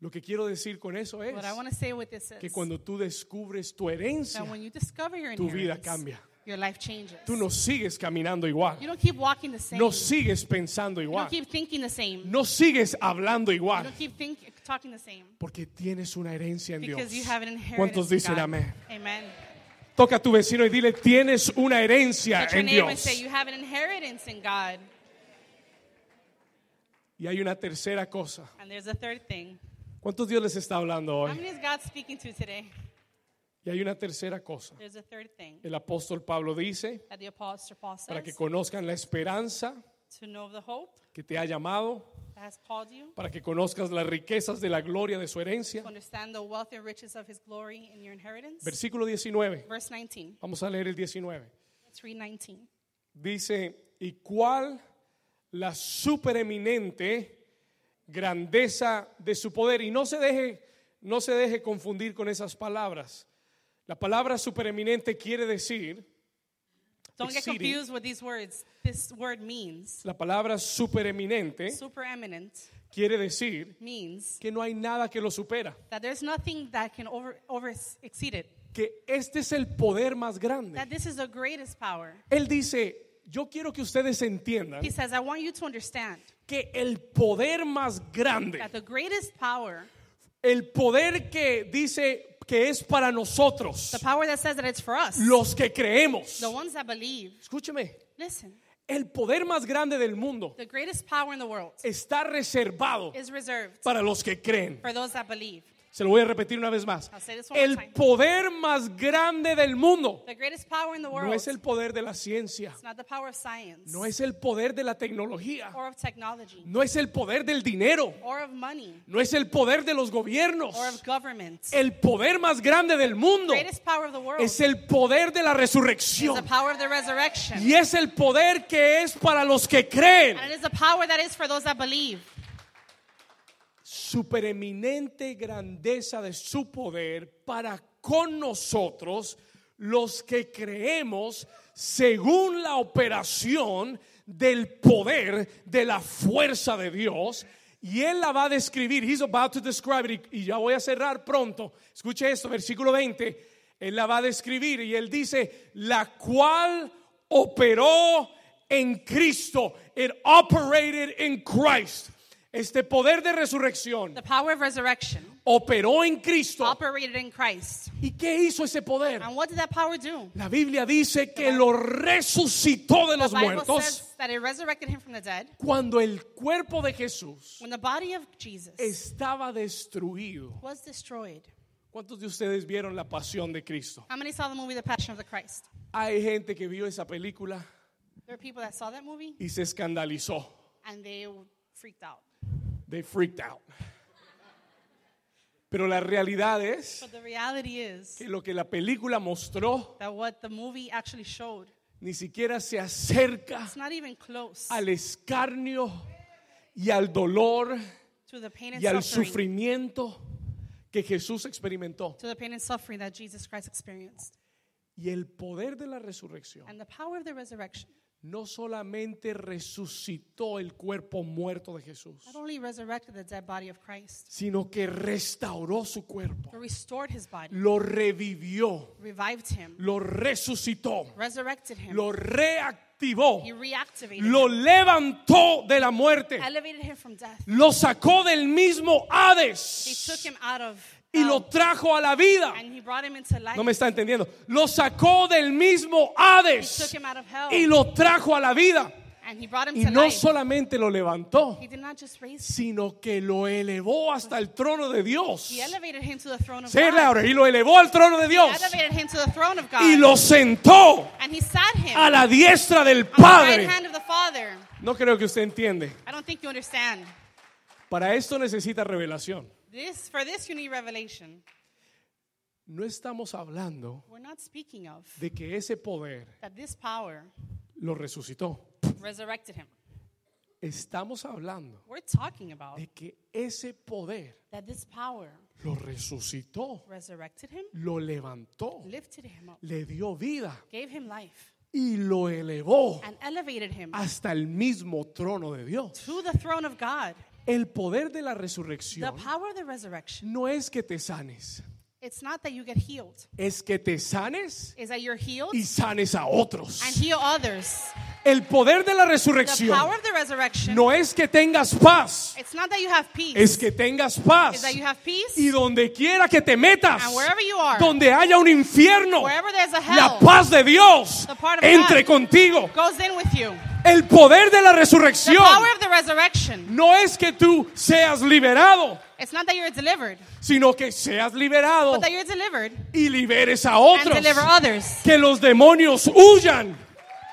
[SPEAKER 1] Lo que quiero decir con eso es
[SPEAKER 2] What I want to say with this is
[SPEAKER 1] que cuando tú descubres tu
[SPEAKER 2] that
[SPEAKER 1] herencia,
[SPEAKER 2] when you discover your
[SPEAKER 1] tu vida
[SPEAKER 2] inheritance,
[SPEAKER 1] cambia.
[SPEAKER 2] your life changes.
[SPEAKER 1] tú no sigues caminando igual.
[SPEAKER 2] You don't keep walking the same.
[SPEAKER 1] No sigues pensando
[SPEAKER 2] You
[SPEAKER 1] igual.
[SPEAKER 2] don't keep thinking the same.
[SPEAKER 1] No sigues hablando
[SPEAKER 2] You
[SPEAKER 1] igual.
[SPEAKER 2] don't keep think, talking the same.
[SPEAKER 1] Porque tienes una herencia en Dios.
[SPEAKER 2] Because you have an inheritance.
[SPEAKER 1] ¿Cuántos
[SPEAKER 2] in
[SPEAKER 1] dicen
[SPEAKER 2] God.
[SPEAKER 1] amén?
[SPEAKER 2] Amen.
[SPEAKER 1] Toca a tu vecino y dile, tienes una herencia
[SPEAKER 2] Touch your
[SPEAKER 1] en
[SPEAKER 2] neighbor and say,
[SPEAKER 1] Dios.
[SPEAKER 2] You have an inheritance in God.
[SPEAKER 1] Y hay una tercera cosa.
[SPEAKER 2] And there's a third thing.
[SPEAKER 1] ¿Cuántos Dios les está hablando
[SPEAKER 2] How
[SPEAKER 1] hoy?
[SPEAKER 2] many is God speaking to today?
[SPEAKER 1] Y hay una tercera cosa.
[SPEAKER 2] There's a third thing
[SPEAKER 1] El apóstol Pablo dice,
[SPEAKER 2] that the Apostle Paul says
[SPEAKER 1] para que conozcan la esperanza
[SPEAKER 2] to know of the hope
[SPEAKER 1] que te ha llamado
[SPEAKER 2] that has called you
[SPEAKER 1] para que conozcas las riquezas de la gloria de su herencia.
[SPEAKER 2] to understand the wealth and riches of his glory in your inheritance.
[SPEAKER 1] Versículo 19.
[SPEAKER 2] Verse 19.
[SPEAKER 1] Vamos a leer el 19.
[SPEAKER 2] Let's read 19.
[SPEAKER 1] Dice, ¿y cuál la supereminente grandeza de su poder? Y no se deje, no se deje confundir con esas palabras. La palabra supereminente quiere decir,
[SPEAKER 2] Don't get
[SPEAKER 1] Exceeding.
[SPEAKER 2] confused with these words. This word means
[SPEAKER 1] la palabra supereminente
[SPEAKER 2] supereminent
[SPEAKER 1] quiere decir
[SPEAKER 2] means
[SPEAKER 1] que no hay nada que lo supera,
[SPEAKER 2] that there's nothing that can over, over exceed it.
[SPEAKER 1] que este es el poder más grande.
[SPEAKER 2] That this is the greatest power.
[SPEAKER 1] Él dice, yo quiero que ustedes entiendan
[SPEAKER 2] He says, I want you to understand
[SPEAKER 1] que el poder más grande
[SPEAKER 2] that the greatest power,
[SPEAKER 1] El poder que dice que es para nosotros,
[SPEAKER 2] the power that says that it's for us,
[SPEAKER 1] los que creemos.
[SPEAKER 2] the ones that believe,
[SPEAKER 1] Escúcheme,
[SPEAKER 2] listen,
[SPEAKER 1] el poder más grande del mundo
[SPEAKER 2] the greatest power in the world
[SPEAKER 1] está reservado
[SPEAKER 2] is reserved
[SPEAKER 1] para los que creen.
[SPEAKER 2] for those that believe.
[SPEAKER 1] Se lo voy a repetir una vez más.
[SPEAKER 2] I'll say this one more
[SPEAKER 1] El
[SPEAKER 2] time.
[SPEAKER 1] poder más grande del mundo
[SPEAKER 2] The greatest power in the world
[SPEAKER 1] no es el poder de la ciencia,
[SPEAKER 2] it's not the power of science
[SPEAKER 1] no es el poder de la tecnología,
[SPEAKER 2] or of technology
[SPEAKER 1] no es el poder del dinero,
[SPEAKER 2] or of money
[SPEAKER 1] no es el poder de los gobiernos.
[SPEAKER 2] or of government.
[SPEAKER 1] El poder más grande del mundo
[SPEAKER 2] greatest power of the world
[SPEAKER 1] es el poder de la
[SPEAKER 2] is the
[SPEAKER 1] resurrección.
[SPEAKER 2] power of the resurrection.
[SPEAKER 1] Y es el poder que es para los que creen.
[SPEAKER 2] And it is the power that is for those that believe.
[SPEAKER 1] Supereminente grandeza de su poder para con nosotros los que creemos según la operación del poder de la fuerza de Dios. Y él la va a describir. He's about to describe it. Y y ya voy a cerrar pronto. Escuche esto, versículo 20. Él la va a describir y él dice, la cual operó en Cristo. It operated in Christ. Este poder de resurrección
[SPEAKER 2] The power of resurrection
[SPEAKER 1] operó en Cristo.
[SPEAKER 2] operated in Christ.
[SPEAKER 1] ¿Y qué hizo ese poder?
[SPEAKER 2] And what did that power do?
[SPEAKER 1] La Biblia dice que lo resucitó de
[SPEAKER 2] The
[SPEAKER 1] los
[SPEAKER 2] Bible says
[SPEAKER 1] muertos
[SPEAKER 2] that it resurrected him from the dead
[SPEAKER 1] cuando el cuerpo de Jesús
[SPEAKER 2] when the body of Jesus
[SPEAKER 1] estaba destruido.
[SPEAKER 2] was destroyed.
[SPEAKER 1] ¿Cuántos de ustedes vieron la pasión de Cristo?
[SPEAKER 2] How many saw the movie The Passion of the Christ?
[SPEAKER 1] Hay gente que vio esa película
[SPEAKER 2] There are people that saw that movie
[SPEAKER 1] y se escandalizó.
[SPEAKER 2] and they freaked out.
[SPEAKER 1] They freaked out. Pero la realidad es
[SPEAKER 2] But the reality is
[SPEAKER 1] que lo que la película mostró
[SPEAKER 2] that what the movie actually showed,
[SPEAKER 1] ni siquiera se acerca
[SPEAKER 2] it's not even close
[SPEAKER 1] al escarnio y al dolor
[SPEAKER 2] to the pain and
[SPEAKER 1] y al
[SPEAKER 2] suffering,
[SPEAKER 1] sufrimiento que Jesús experimentó.
[SPEAKER 2] to the pain and suffering that Jesus Christ experienced.
[SPEAKER 1] Y el poder de la resurrección
[SPEAKER 2] And the power of the resurrection
[SPEAKER 1] no solamente resucitó el cuerpo muerto de Jesús,
[SPEAKER 2] not only resurrected the dead body of Christ,
[SPEAKER 1] sino que restauró su cuerpo,
[SPEAKER 2] but restored his body,
[SPEAKER 1] lo revivió,
[SPEAKER 2] revived him,
[SPEAKER 1] lo resucitó,
[SPEAKER 2] resurrected him.
[SPEAKER 1] lo reactivó.
[SPEAKER 2] He reactivated
[SPEAKER 1] lo
[SPEAKER 2] him,
[SPEAKER 1] levantó de la muerte,
[SPEAKER 2] elevated him from death.
[SPEAKER 1] lo sacó del mismo
[SPEAKER 2] He took
[SPEAKER 1] Hades
[SPEAKER 2] him out of
[SPEAKER 1] y lo
[SPEAKER 2] hell,
[SPEAKER 1] trajo a la vida.
[SPEAKER 2] and he brought him into life.
[SPEAKER 1] No me está entendiendo. Lo sacó del mismo
[SPEAKER 2] he took
[SPEAKER 1] Hades
[SPEAKER 2] him out of hell,
[SPEAKER 1] y lo trajo a la vida.
[SPEAKER 2] and he brought him
[SPEAKER 1] Y
[SPEAKER 2] to
[SPEAKER 1] no
[SPEAKER 2] life.
[SPEAKER 1] solamente lo levantó,
[SPEAKER 2] he did not just raise him.
[SPEAKER 1] sino que lo elevó hasta el trono de Dios.
[SPEAKER 2] He elevated him to the throne of
[SPEAKER 1] Sí,
[SPEAKER 2] God.
[SPEAKER 1] Laura, y lo elevó al trono de Dios
[SPEAKER 2] He elevated him to the throne of God.
[SPEAKER 1] y lo sentó
[SPEAKER 2] and he sat him
[SPEAKER 1] a la diestra del
[SPEAKER 2] on the right
[SPEAKER 1] Padre.
[SPEAKER 2] hand of the Father.
[SPEAKER 1] No creo que usted entiende.
[SPEAKER 2] I don't think you understand.
[SPEAKER 1] Para esto necesita revelación.
[SPEAKER 2] This for this you need revelation.
[SPEAKER 1] No estamos hablando
[SPEAKER 2] We're not speaking of
[SPEAKER 1] de que ese poder
[SPEAKER 2] that this power
[SPEAKER 1] lo resucitó.
[SPEAKER 2] resurrected him.
[SPEAKER 1] Estamos hablando
[SPEAKER 2] We're talking about
[SPEAKER 1] de que ese poder
[SPEAKER 2] that this power
[SPEAKER 1] lo resucitó,
[SPEAKER 2] resurrected him,
[SPEAKER 1] lo levantó,
[SPEAKER 2] lifted him up,
[SPEAKER 1] le dio vida
[SPEAKER 2] gave him life,
[SPEAKER 1] y lo elevó
[SPEAKER 2] and elevated him
[SPEAKER 1] hasta el mismo trono de Dios.
[SPEAKER 2] to the throne of God.
[SPEAKER 1] El poder de la
[SPEAKER 2] The
[SPEAKER 1] resurrección
[SPEAKER 2] power of the resurrection.
[SPEAKER 1] no es que te sanes,
[SPEAKER 2] It's not that you get healed,
[SPEAKER 1] es que te sanes
[SPEAKER 2] it's that you're healed
[SPEAKER 1] y
[SPEAKER 2] and
[SPEAKER 1] sanes a otros.
[SPEAKER 2] heal others.
[SPEAKER 1] El poder de la
[SPEAKER 2] The
[SPEAKER 1] resurrección
[SPEAKER 2] power of the resurrection.
[SPEAKER 1] no es que tengas paz,
[SPEAKER 2] It's not that you have peace.
[SPEAKER 1] es que tengas paz.
[SPEAKER 2] it's that you have peace.
[SPEAKER 1] Y donde quiera que te metas,
[SPEAKER 2] and wherever you are,
[SPEAKER 1] donde haya un infierno,
[SPEAKER 2] wherever there's a
[SPEAKER 1] Oh. la
[SPEAKER 2] hell,
[SPEAKER 1] paz de Dios
[SPEAKER 2] The part of
[SPEAKER 1] entre
[SPEAKER 2] God.
[SPEAKER 1] contigo.
[SPEAKER 2] goes in with you.
[SPEAKER 1] El poder de la
[SPEAKER 2] The
[SPEAKER 1] resurrección
[SPEAKER 2] power of the resurrection.
[SPEAKER 1] no es que tú seas liberado,
[SPEAKER 2] It's not that you're delivered,
[SPEAKER 1] sino que seas liberado
[SPEAKER 2] but that you're delivered
[SPEAKER 1] y liberes a
[SPEAKER 2] and
[SPEAKER 1] Oh. otros.
[SPEAKER 2] deliver others.
[SPEAKER 1] Que los demonios huyan.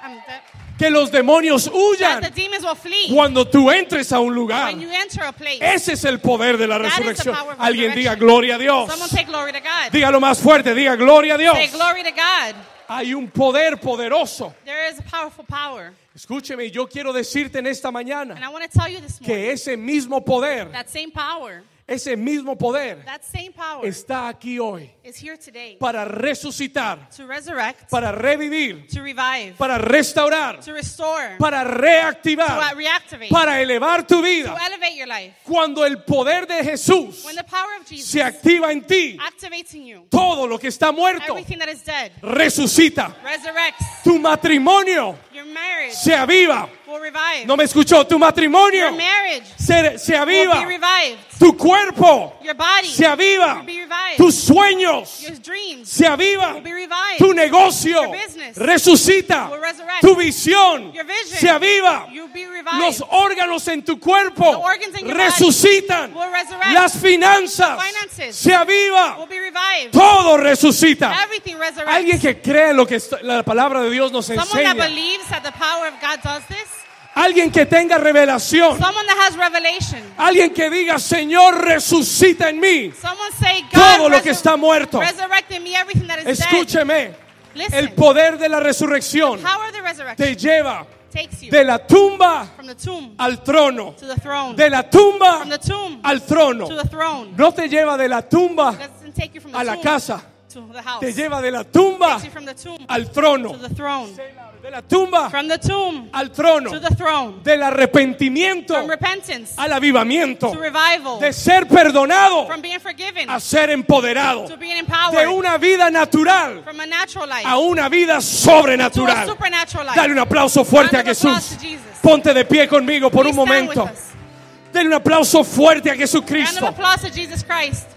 [SPEAKER 2] I'm de-
[SPEAKER 1] que los demonios
[SPEAKER 2] that the
[SPEAKER 1] huyan
[SPEAKER 2] demons will flee
[SPEAKER 1] cuando tú entres a un lugar.
[SPEAKER 2] when you enter a place.
[SPEAKER 1] Ese es el poder de la
[SPEAKER 2] That is the
[SPEAKER 1] resurrección.
[SPEAKER 2] power of
[SPEAKER 1] Alguien diga
[SPEAKER 2] resurrection.
[SPEAKER 1] gloria a Dios.
[SPEAKER 2] Someone say glory to God.
[SPEAKER 1] Dígalo más fuerte, diga gloria a Dios.
[SPEAKER 2] Say glory to God.
[SPEAKER 1] Hay un poder poderoso.
[SPEAKER 2] There is a powerful power.
[SPEAKER 1] Escúcheme, yo quiero decirte en esta mañana
[SPEAKER 2] And I want to tell you this morning
[SPEAKER 1] que ese mismo poder,
[SPEAKER 2] that same power,
[SPEAKER 1] ese mismo poder
[SPEAKER 2] that same power
[SPEAKER 1] está aquí hoy
[SPEAKER 2] is here today
[SPEAKER 1] para resucitar,
[SPEAKER 2] to resurrect,
[SPEAKER 1] para revivir,
[SPEAKER 2] to revive,
[SPEAKER 1] para restaurar,
[SPEAKER 2] to restore,
[SPEAKER 1] para
[SPEAKER 2] to uh,
[SPEAKER 1] reactivar,
[SPEAKER 2] reactivate,
[SPEAKER 1] para elevar tu vida.
[SPEAKER 2] to elevate your life.
[SPEAKER 1] Cuando el poder de Jesús
[SPEAKER 2] When the power of Jesus
[SPEAKER 1] se activa en ti,
[SPEAKER 2] activates in you,
[SPEAKER 1] todo lo que está muerto
[SPEAKER 2] everything that is dead
[SPEAKER 1] resucita.
[SPEAKER 2] resurrects.
[SPEAKER 1] Tu matrimonio
[SPEAKER 2] Your marriage
[SPEAKER 1] se aviva.
[SPEAKER 2] will revive.
[SPEAKER 1] No me escuchó. Tu
[SPEAKER 2] Your
[SPEAKER 1] matrimonio
[SPEAKER 2] marriage
[SPEAKER 1] se, se
[SPEAKER 2] will be
[SPEAKER 1] aviva.
[SPEAKER 2] revived.
[SPEAKER 1] Tu cuerpo
[SPEAKER 2] Your body
[SPEAKER 1] se aviva.
[SPEAKER 2] will be revived.
[SPEAKER 1] Tus sueños
[SPEAKER 2] Your dreams
[SPEAKER 1] se aviva.
[SPEAKER 2] will be revived.
[SPEAKER 1] Tu negocio
[SPEAKER 2] Your business
[SPEAKER 1] resucita.
[SPEAKER 2] will resurrect.
[SPEAKER 1] Tu visión
[SPEAKER 2] Your vision
[SPEAKER 1] se aviva.
[SPEAKER 2] You'll be revived.
[SPEAKER 1] Los órganos en tu cuerpo
[SPEAKER 2] The organs in your
[SPEAKER 1] resucitan.
[SPEAKER 2] will resurrect.
[SPEAKER 1] Las finanzas
[SPEAKER 2] Finances
[SPEAKER 1] se aviva.
[SPEAKER 2] will be revived.
[SPEAKER 1] Todo resucita.
[SPEAKER 2] Everything resurrects.
[SPEAKER 1] Alguien que cree en lo que esto- la palabra de Dios nos
[SPEAKER 2] Someone that
[SPEAKER 1] enseña.
[SPEAKER 2] believes that the power of God does this.
[SPEAKER 1] Alguien que tenga revelación.
[SPEAKER 2] Someone that has revelation.
[SPEAKER 1] Alguien que diga, Señor, resucita en mí
[SPEAKER 2] Someone say, God
[SPEAKER 1] todo lo que
[SPEAKER 2] resur-
[SPEAKER 1] está muerto.
[SPEAKER 2] resurrect in me everything that is dead.
[SPEAKER 1] Escúcheme, el
[SPEAKER 2] Listen,
[SPEAKER 1] poder de la resurrección
[SPEAKER 2] power of the resurrection
[SPEAKER 1] te lleva
[SPEAKER 2] takes you
[SPEAKER 1] de la tumba
[SPEAKER 2] from the tomb
[SPEAKER 1] al trono.
[SPEAKER 2] to the throne.
[SPEAKER 1] De la tumba
[SPEAKER 2] from the tomb
[SPEAKER 1] al trono.
[SPEAKER 2] to the throne.
[SPEAKER 1] No te lleva de la tumba
[SPEAKER 2] Doesn't take you from the
[SPEAKER 1] a la
[SPEAKER 2] tomb
[SPEAKER 1] casa.
[SPEAKER 2] to the house.
[SPEAKER 1] Te lleva de la tumba
[SPEAKER 2] takes you from the tomb
[SPEAKER 1] al
[SPEAKER 2] to
[SPEAKER 1] trono.
[SPEAKER 2] the throne.
[SPEAKER 1] De la tumba
[SPEAKER 2] From the tomb
[SPEAKER 1] al trono.
[SPEAKER 2] to the throne.
[SPEAKER 1] Del arrepentimiento
[SPEAKER 2] From repentance
[SPEAKER 1] al avivamiento.
[SPEAKER 2] to revival.
[SPEAKER 1] De ser perdonado
[SPEAKER 2] From being forgiven
[SPEAKER 1] a ser empoderado.
[SPEAKER 2] to being
[SPEAKER 1] De
[SPEAKER 2] empowered.
[SPEAKER 1] una vida natural
[SPEAKER 2] From a natural life
[SPEAKER 1] a una vida
[SPEAKER 2] to a
[SPEAKER 1] sobrenatural.
[SPEAKER 2] supernatural life.
[SPEAKER 1] Dale un aplauso fuerte a
[SPEAKER 2] Round of applause
[SPEAKER 1] Jesús.
[SPEAKER 2] to Jesus.
[SPEAKER 1] Ponte de pie conmigo por un
[SPEAKER 2] Please stand with
[SPEAKER 1] momento.
[SPEAKER 2] us.
[SPEAKER 1] Dale un aplauso fuerte a
[SPEAKER 2] Round of
[SPEAKER 1] Jesucristo.
[SPEAKER 2] applause to Jesus Christ.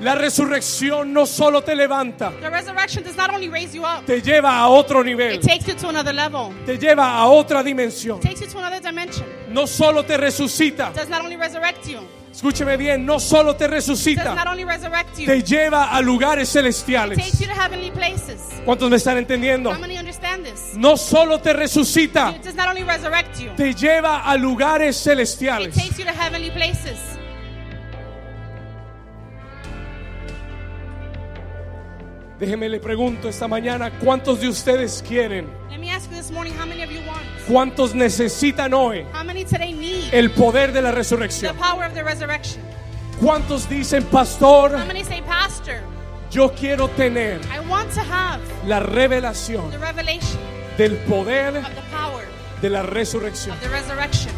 [SPEAKER 1] La resurrección no solo te levanta,
[SPEAKER 2] The resurrection does not only raise you up,
[SPEAKER 1] te lleva a otro nivel,
[SPEAKER 2] it takes you to another level,
[SPEAKER 1] te lleva a otra dimensión.
[SPEAKER 2] it takes you to another dimension.
[SPEAKER 1] No solo te resucita,
[SPEAKER 2] It does not only resurrect you,
[SPEAKER 1] escúcheme bien, no solo te
[SPEAKER 2] it does not
[SPEAKER 1] resucita,
[SPEAKER 2] only resurrect you,
[SPEAKER 1] te
[SPEAKER 2] it
[SPEAKER 1] lleva a lugares
[SPEAKER 2] takes
[SPEAKER 1] celestiales.
[SPEAKER 2] you to heavenly places.
[SPEAKER 1] ¿Cuántos me están entendiendo?
[SPEAKER 2] How many understand this?
[SPEAKER 1] No solo te resucita,
[SPEAKER 2] It does not only resurrect you,
[SPEAKER 1] te lleva a lugares
[SPEAKER 2] it
[SPEAKER 1] celestiales.
[SPEAKER 2] takes you to heavenly places.
[SPEAKER 1] Déjeme le pregunto esta mañana, ¿cuántos de ustedes quieren?
[SPEAKER 2] Let me ask you this morning how many of you want?
[SPEAKER 1] ¿Cuántos necesitan hoy
[SPEAKER 2] How many today need
[SPEAKER 1] el poder de la
[SPEAKER 2] the
[SPEAKER 1] resurrección?
[SPEAKER 2] power of the resurrection?
[SPEAKER 1] ¿Cuántos dicen, pastor,
[SPEAKER 2] How many say, Pastor,
[SPEAKER 1] yo quiero tener
[SPEAKER 2] I want to have
[SPEAKER 1] la revelación
[SPEAKER 2] the revelation
[SPEAKER 1] del poder
[SPEAKER 2] of the power
[SPEAKER 1] de la resurrección?
[SPEAKER 2] of the resurrection?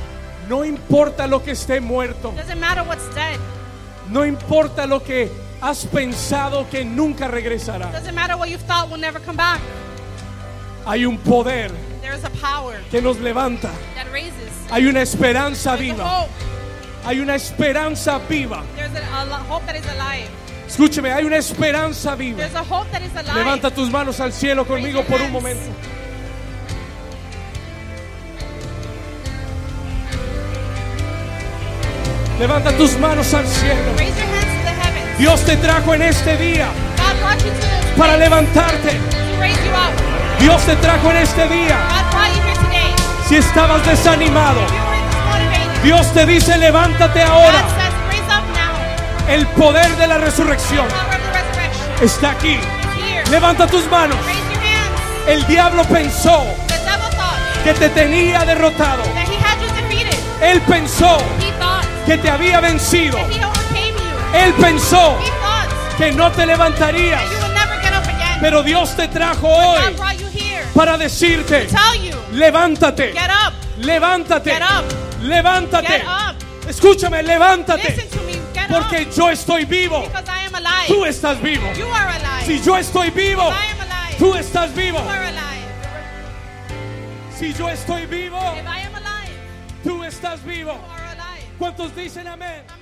[SPEAKER 1] No importa lo que esté muerto,
[SPEAKER 2] Doesn't matter what's dead.
[SPEAKER 1] no importa lo que has pensado que nunca regresará.
[SPEAKER 2] Doesn't matter what you've thought will never come back.
[SPEAKER 1] Hay un poder
[SPEAKER 2] There is a power
[SPEAKER 1] que nos levanta.
[SPEAKER 2] that raises.
[SPEAKER 1] Hay una esperanza
[SPEAKER 2] There's a
[SPEAKER 1] viva.
[SPEAKER 2] hope.
[SPEAKER 1] Hay una esperanza viva.
[SPEAKER 2] There's a, a lo- hope that is alive.
[SPEAKER 1] Escúcheme, hay una esperanza viva.
[SPEAKER 2] There's a hope that is alive.
[SPEAKER 1] Levanta tus manos al cielo
[SPEAKER 2] Raise
[SPEAKER 1] conmigo
[SPEAKER 2] your
[SPEAKER 1] por un
[SPEAKER 2] hands.
[SPEAKER 1] momento. Levanta tus manos al cielo.
[SPEAKER 2] Raise your hands to the heavens.
[SPEAKER 1] Dios te trajo en este día
[SPEAKER 2] God brought you to this
[SPEAKER 1] para levantarte.
[SPEAKER 2] to raise you up.
[SPEAKER 1] Dios te trajo en este día.
[SPEAKER 2] God brought you here today.
[SPEAKER 1] Si estabas desanimado,
[SPEAKER 2] You were dismotivated.
[SPEAKER 1] Dios te dice, levántate
[SPEAKER 2] God
[SPEAKER 1] ahora.
[SPEAKER 2] says, raise up now.
[SPEAKER 1] El poder de la resurrección
[SPEAKER 2] The power of the resurrection
[SPEAKER 1] está aquí.
[SPEAKER 2] is here.
[SPEAKER 1] Levanta tus manos.
[SPEAKER 2] Raise your hands.
[SPEAKER 1] El diablo pensó
[SPEAKER 2] The devil thought
[SPEAKER 1] que te tenía derrotado.
[SPEAKER 2] that he had you defeated.
[SPEAKER 1] Él pensó
[SPEAKER 2] He thought
[SPEAKER 1] que te había vencido.
[SPEAKER 2] that he overcame you.
[SPEAKER 1] Él pensó
[SPEAKER 2] He thought
[SPEAKER 1] que no te levantarías,
[SPEAKER 2] that you would never get up again.
[SPEAKER 1] pero Dios te trajo hoy
[SPEAKER 2] God brought you here.
[SPEAKER 1] para decirte,
[SPEAKER 2] Tell you,
[SPEAKER 1] levántate,
[SPEAKER 2] get up,
[SPEAKER 1] levántate,
[SPEAKER 2] Get up.
[SPEAKER 1] levántate.
[SPEAKER 2] get up.
[SPEAKER 1] Escúchame,
[SPEAKER 2] Listen
[SPEAKER 1] levántate,
[SPEAKER 2] to me, get
[SPEAKER 1] porque
[SPEAKER 2] up.
[SPEAKER 1] yo estoy vivo,
[SPEAKER 2] Because I am alive.
[SPEAKER 1] tú estás vivo.
[SPEAKER 2] You are alive.
[SPEAKER 1] Si yo estoy vivo,
[SPEAKER 2] I am alive.
[SPEAKER 1] tú estás vivo.
[SPEAKER 2] You are alive.
[SPEAKER 1] Si yo estoy vivo,
[SPEAKER 2] If I am alive,
[SPEAKER 1] tú estás vivo.
[SPEAKER 2] you are alive.
[SPEAKER 1] ¿Cuántos dicen amén?
[SPEAKER 2] How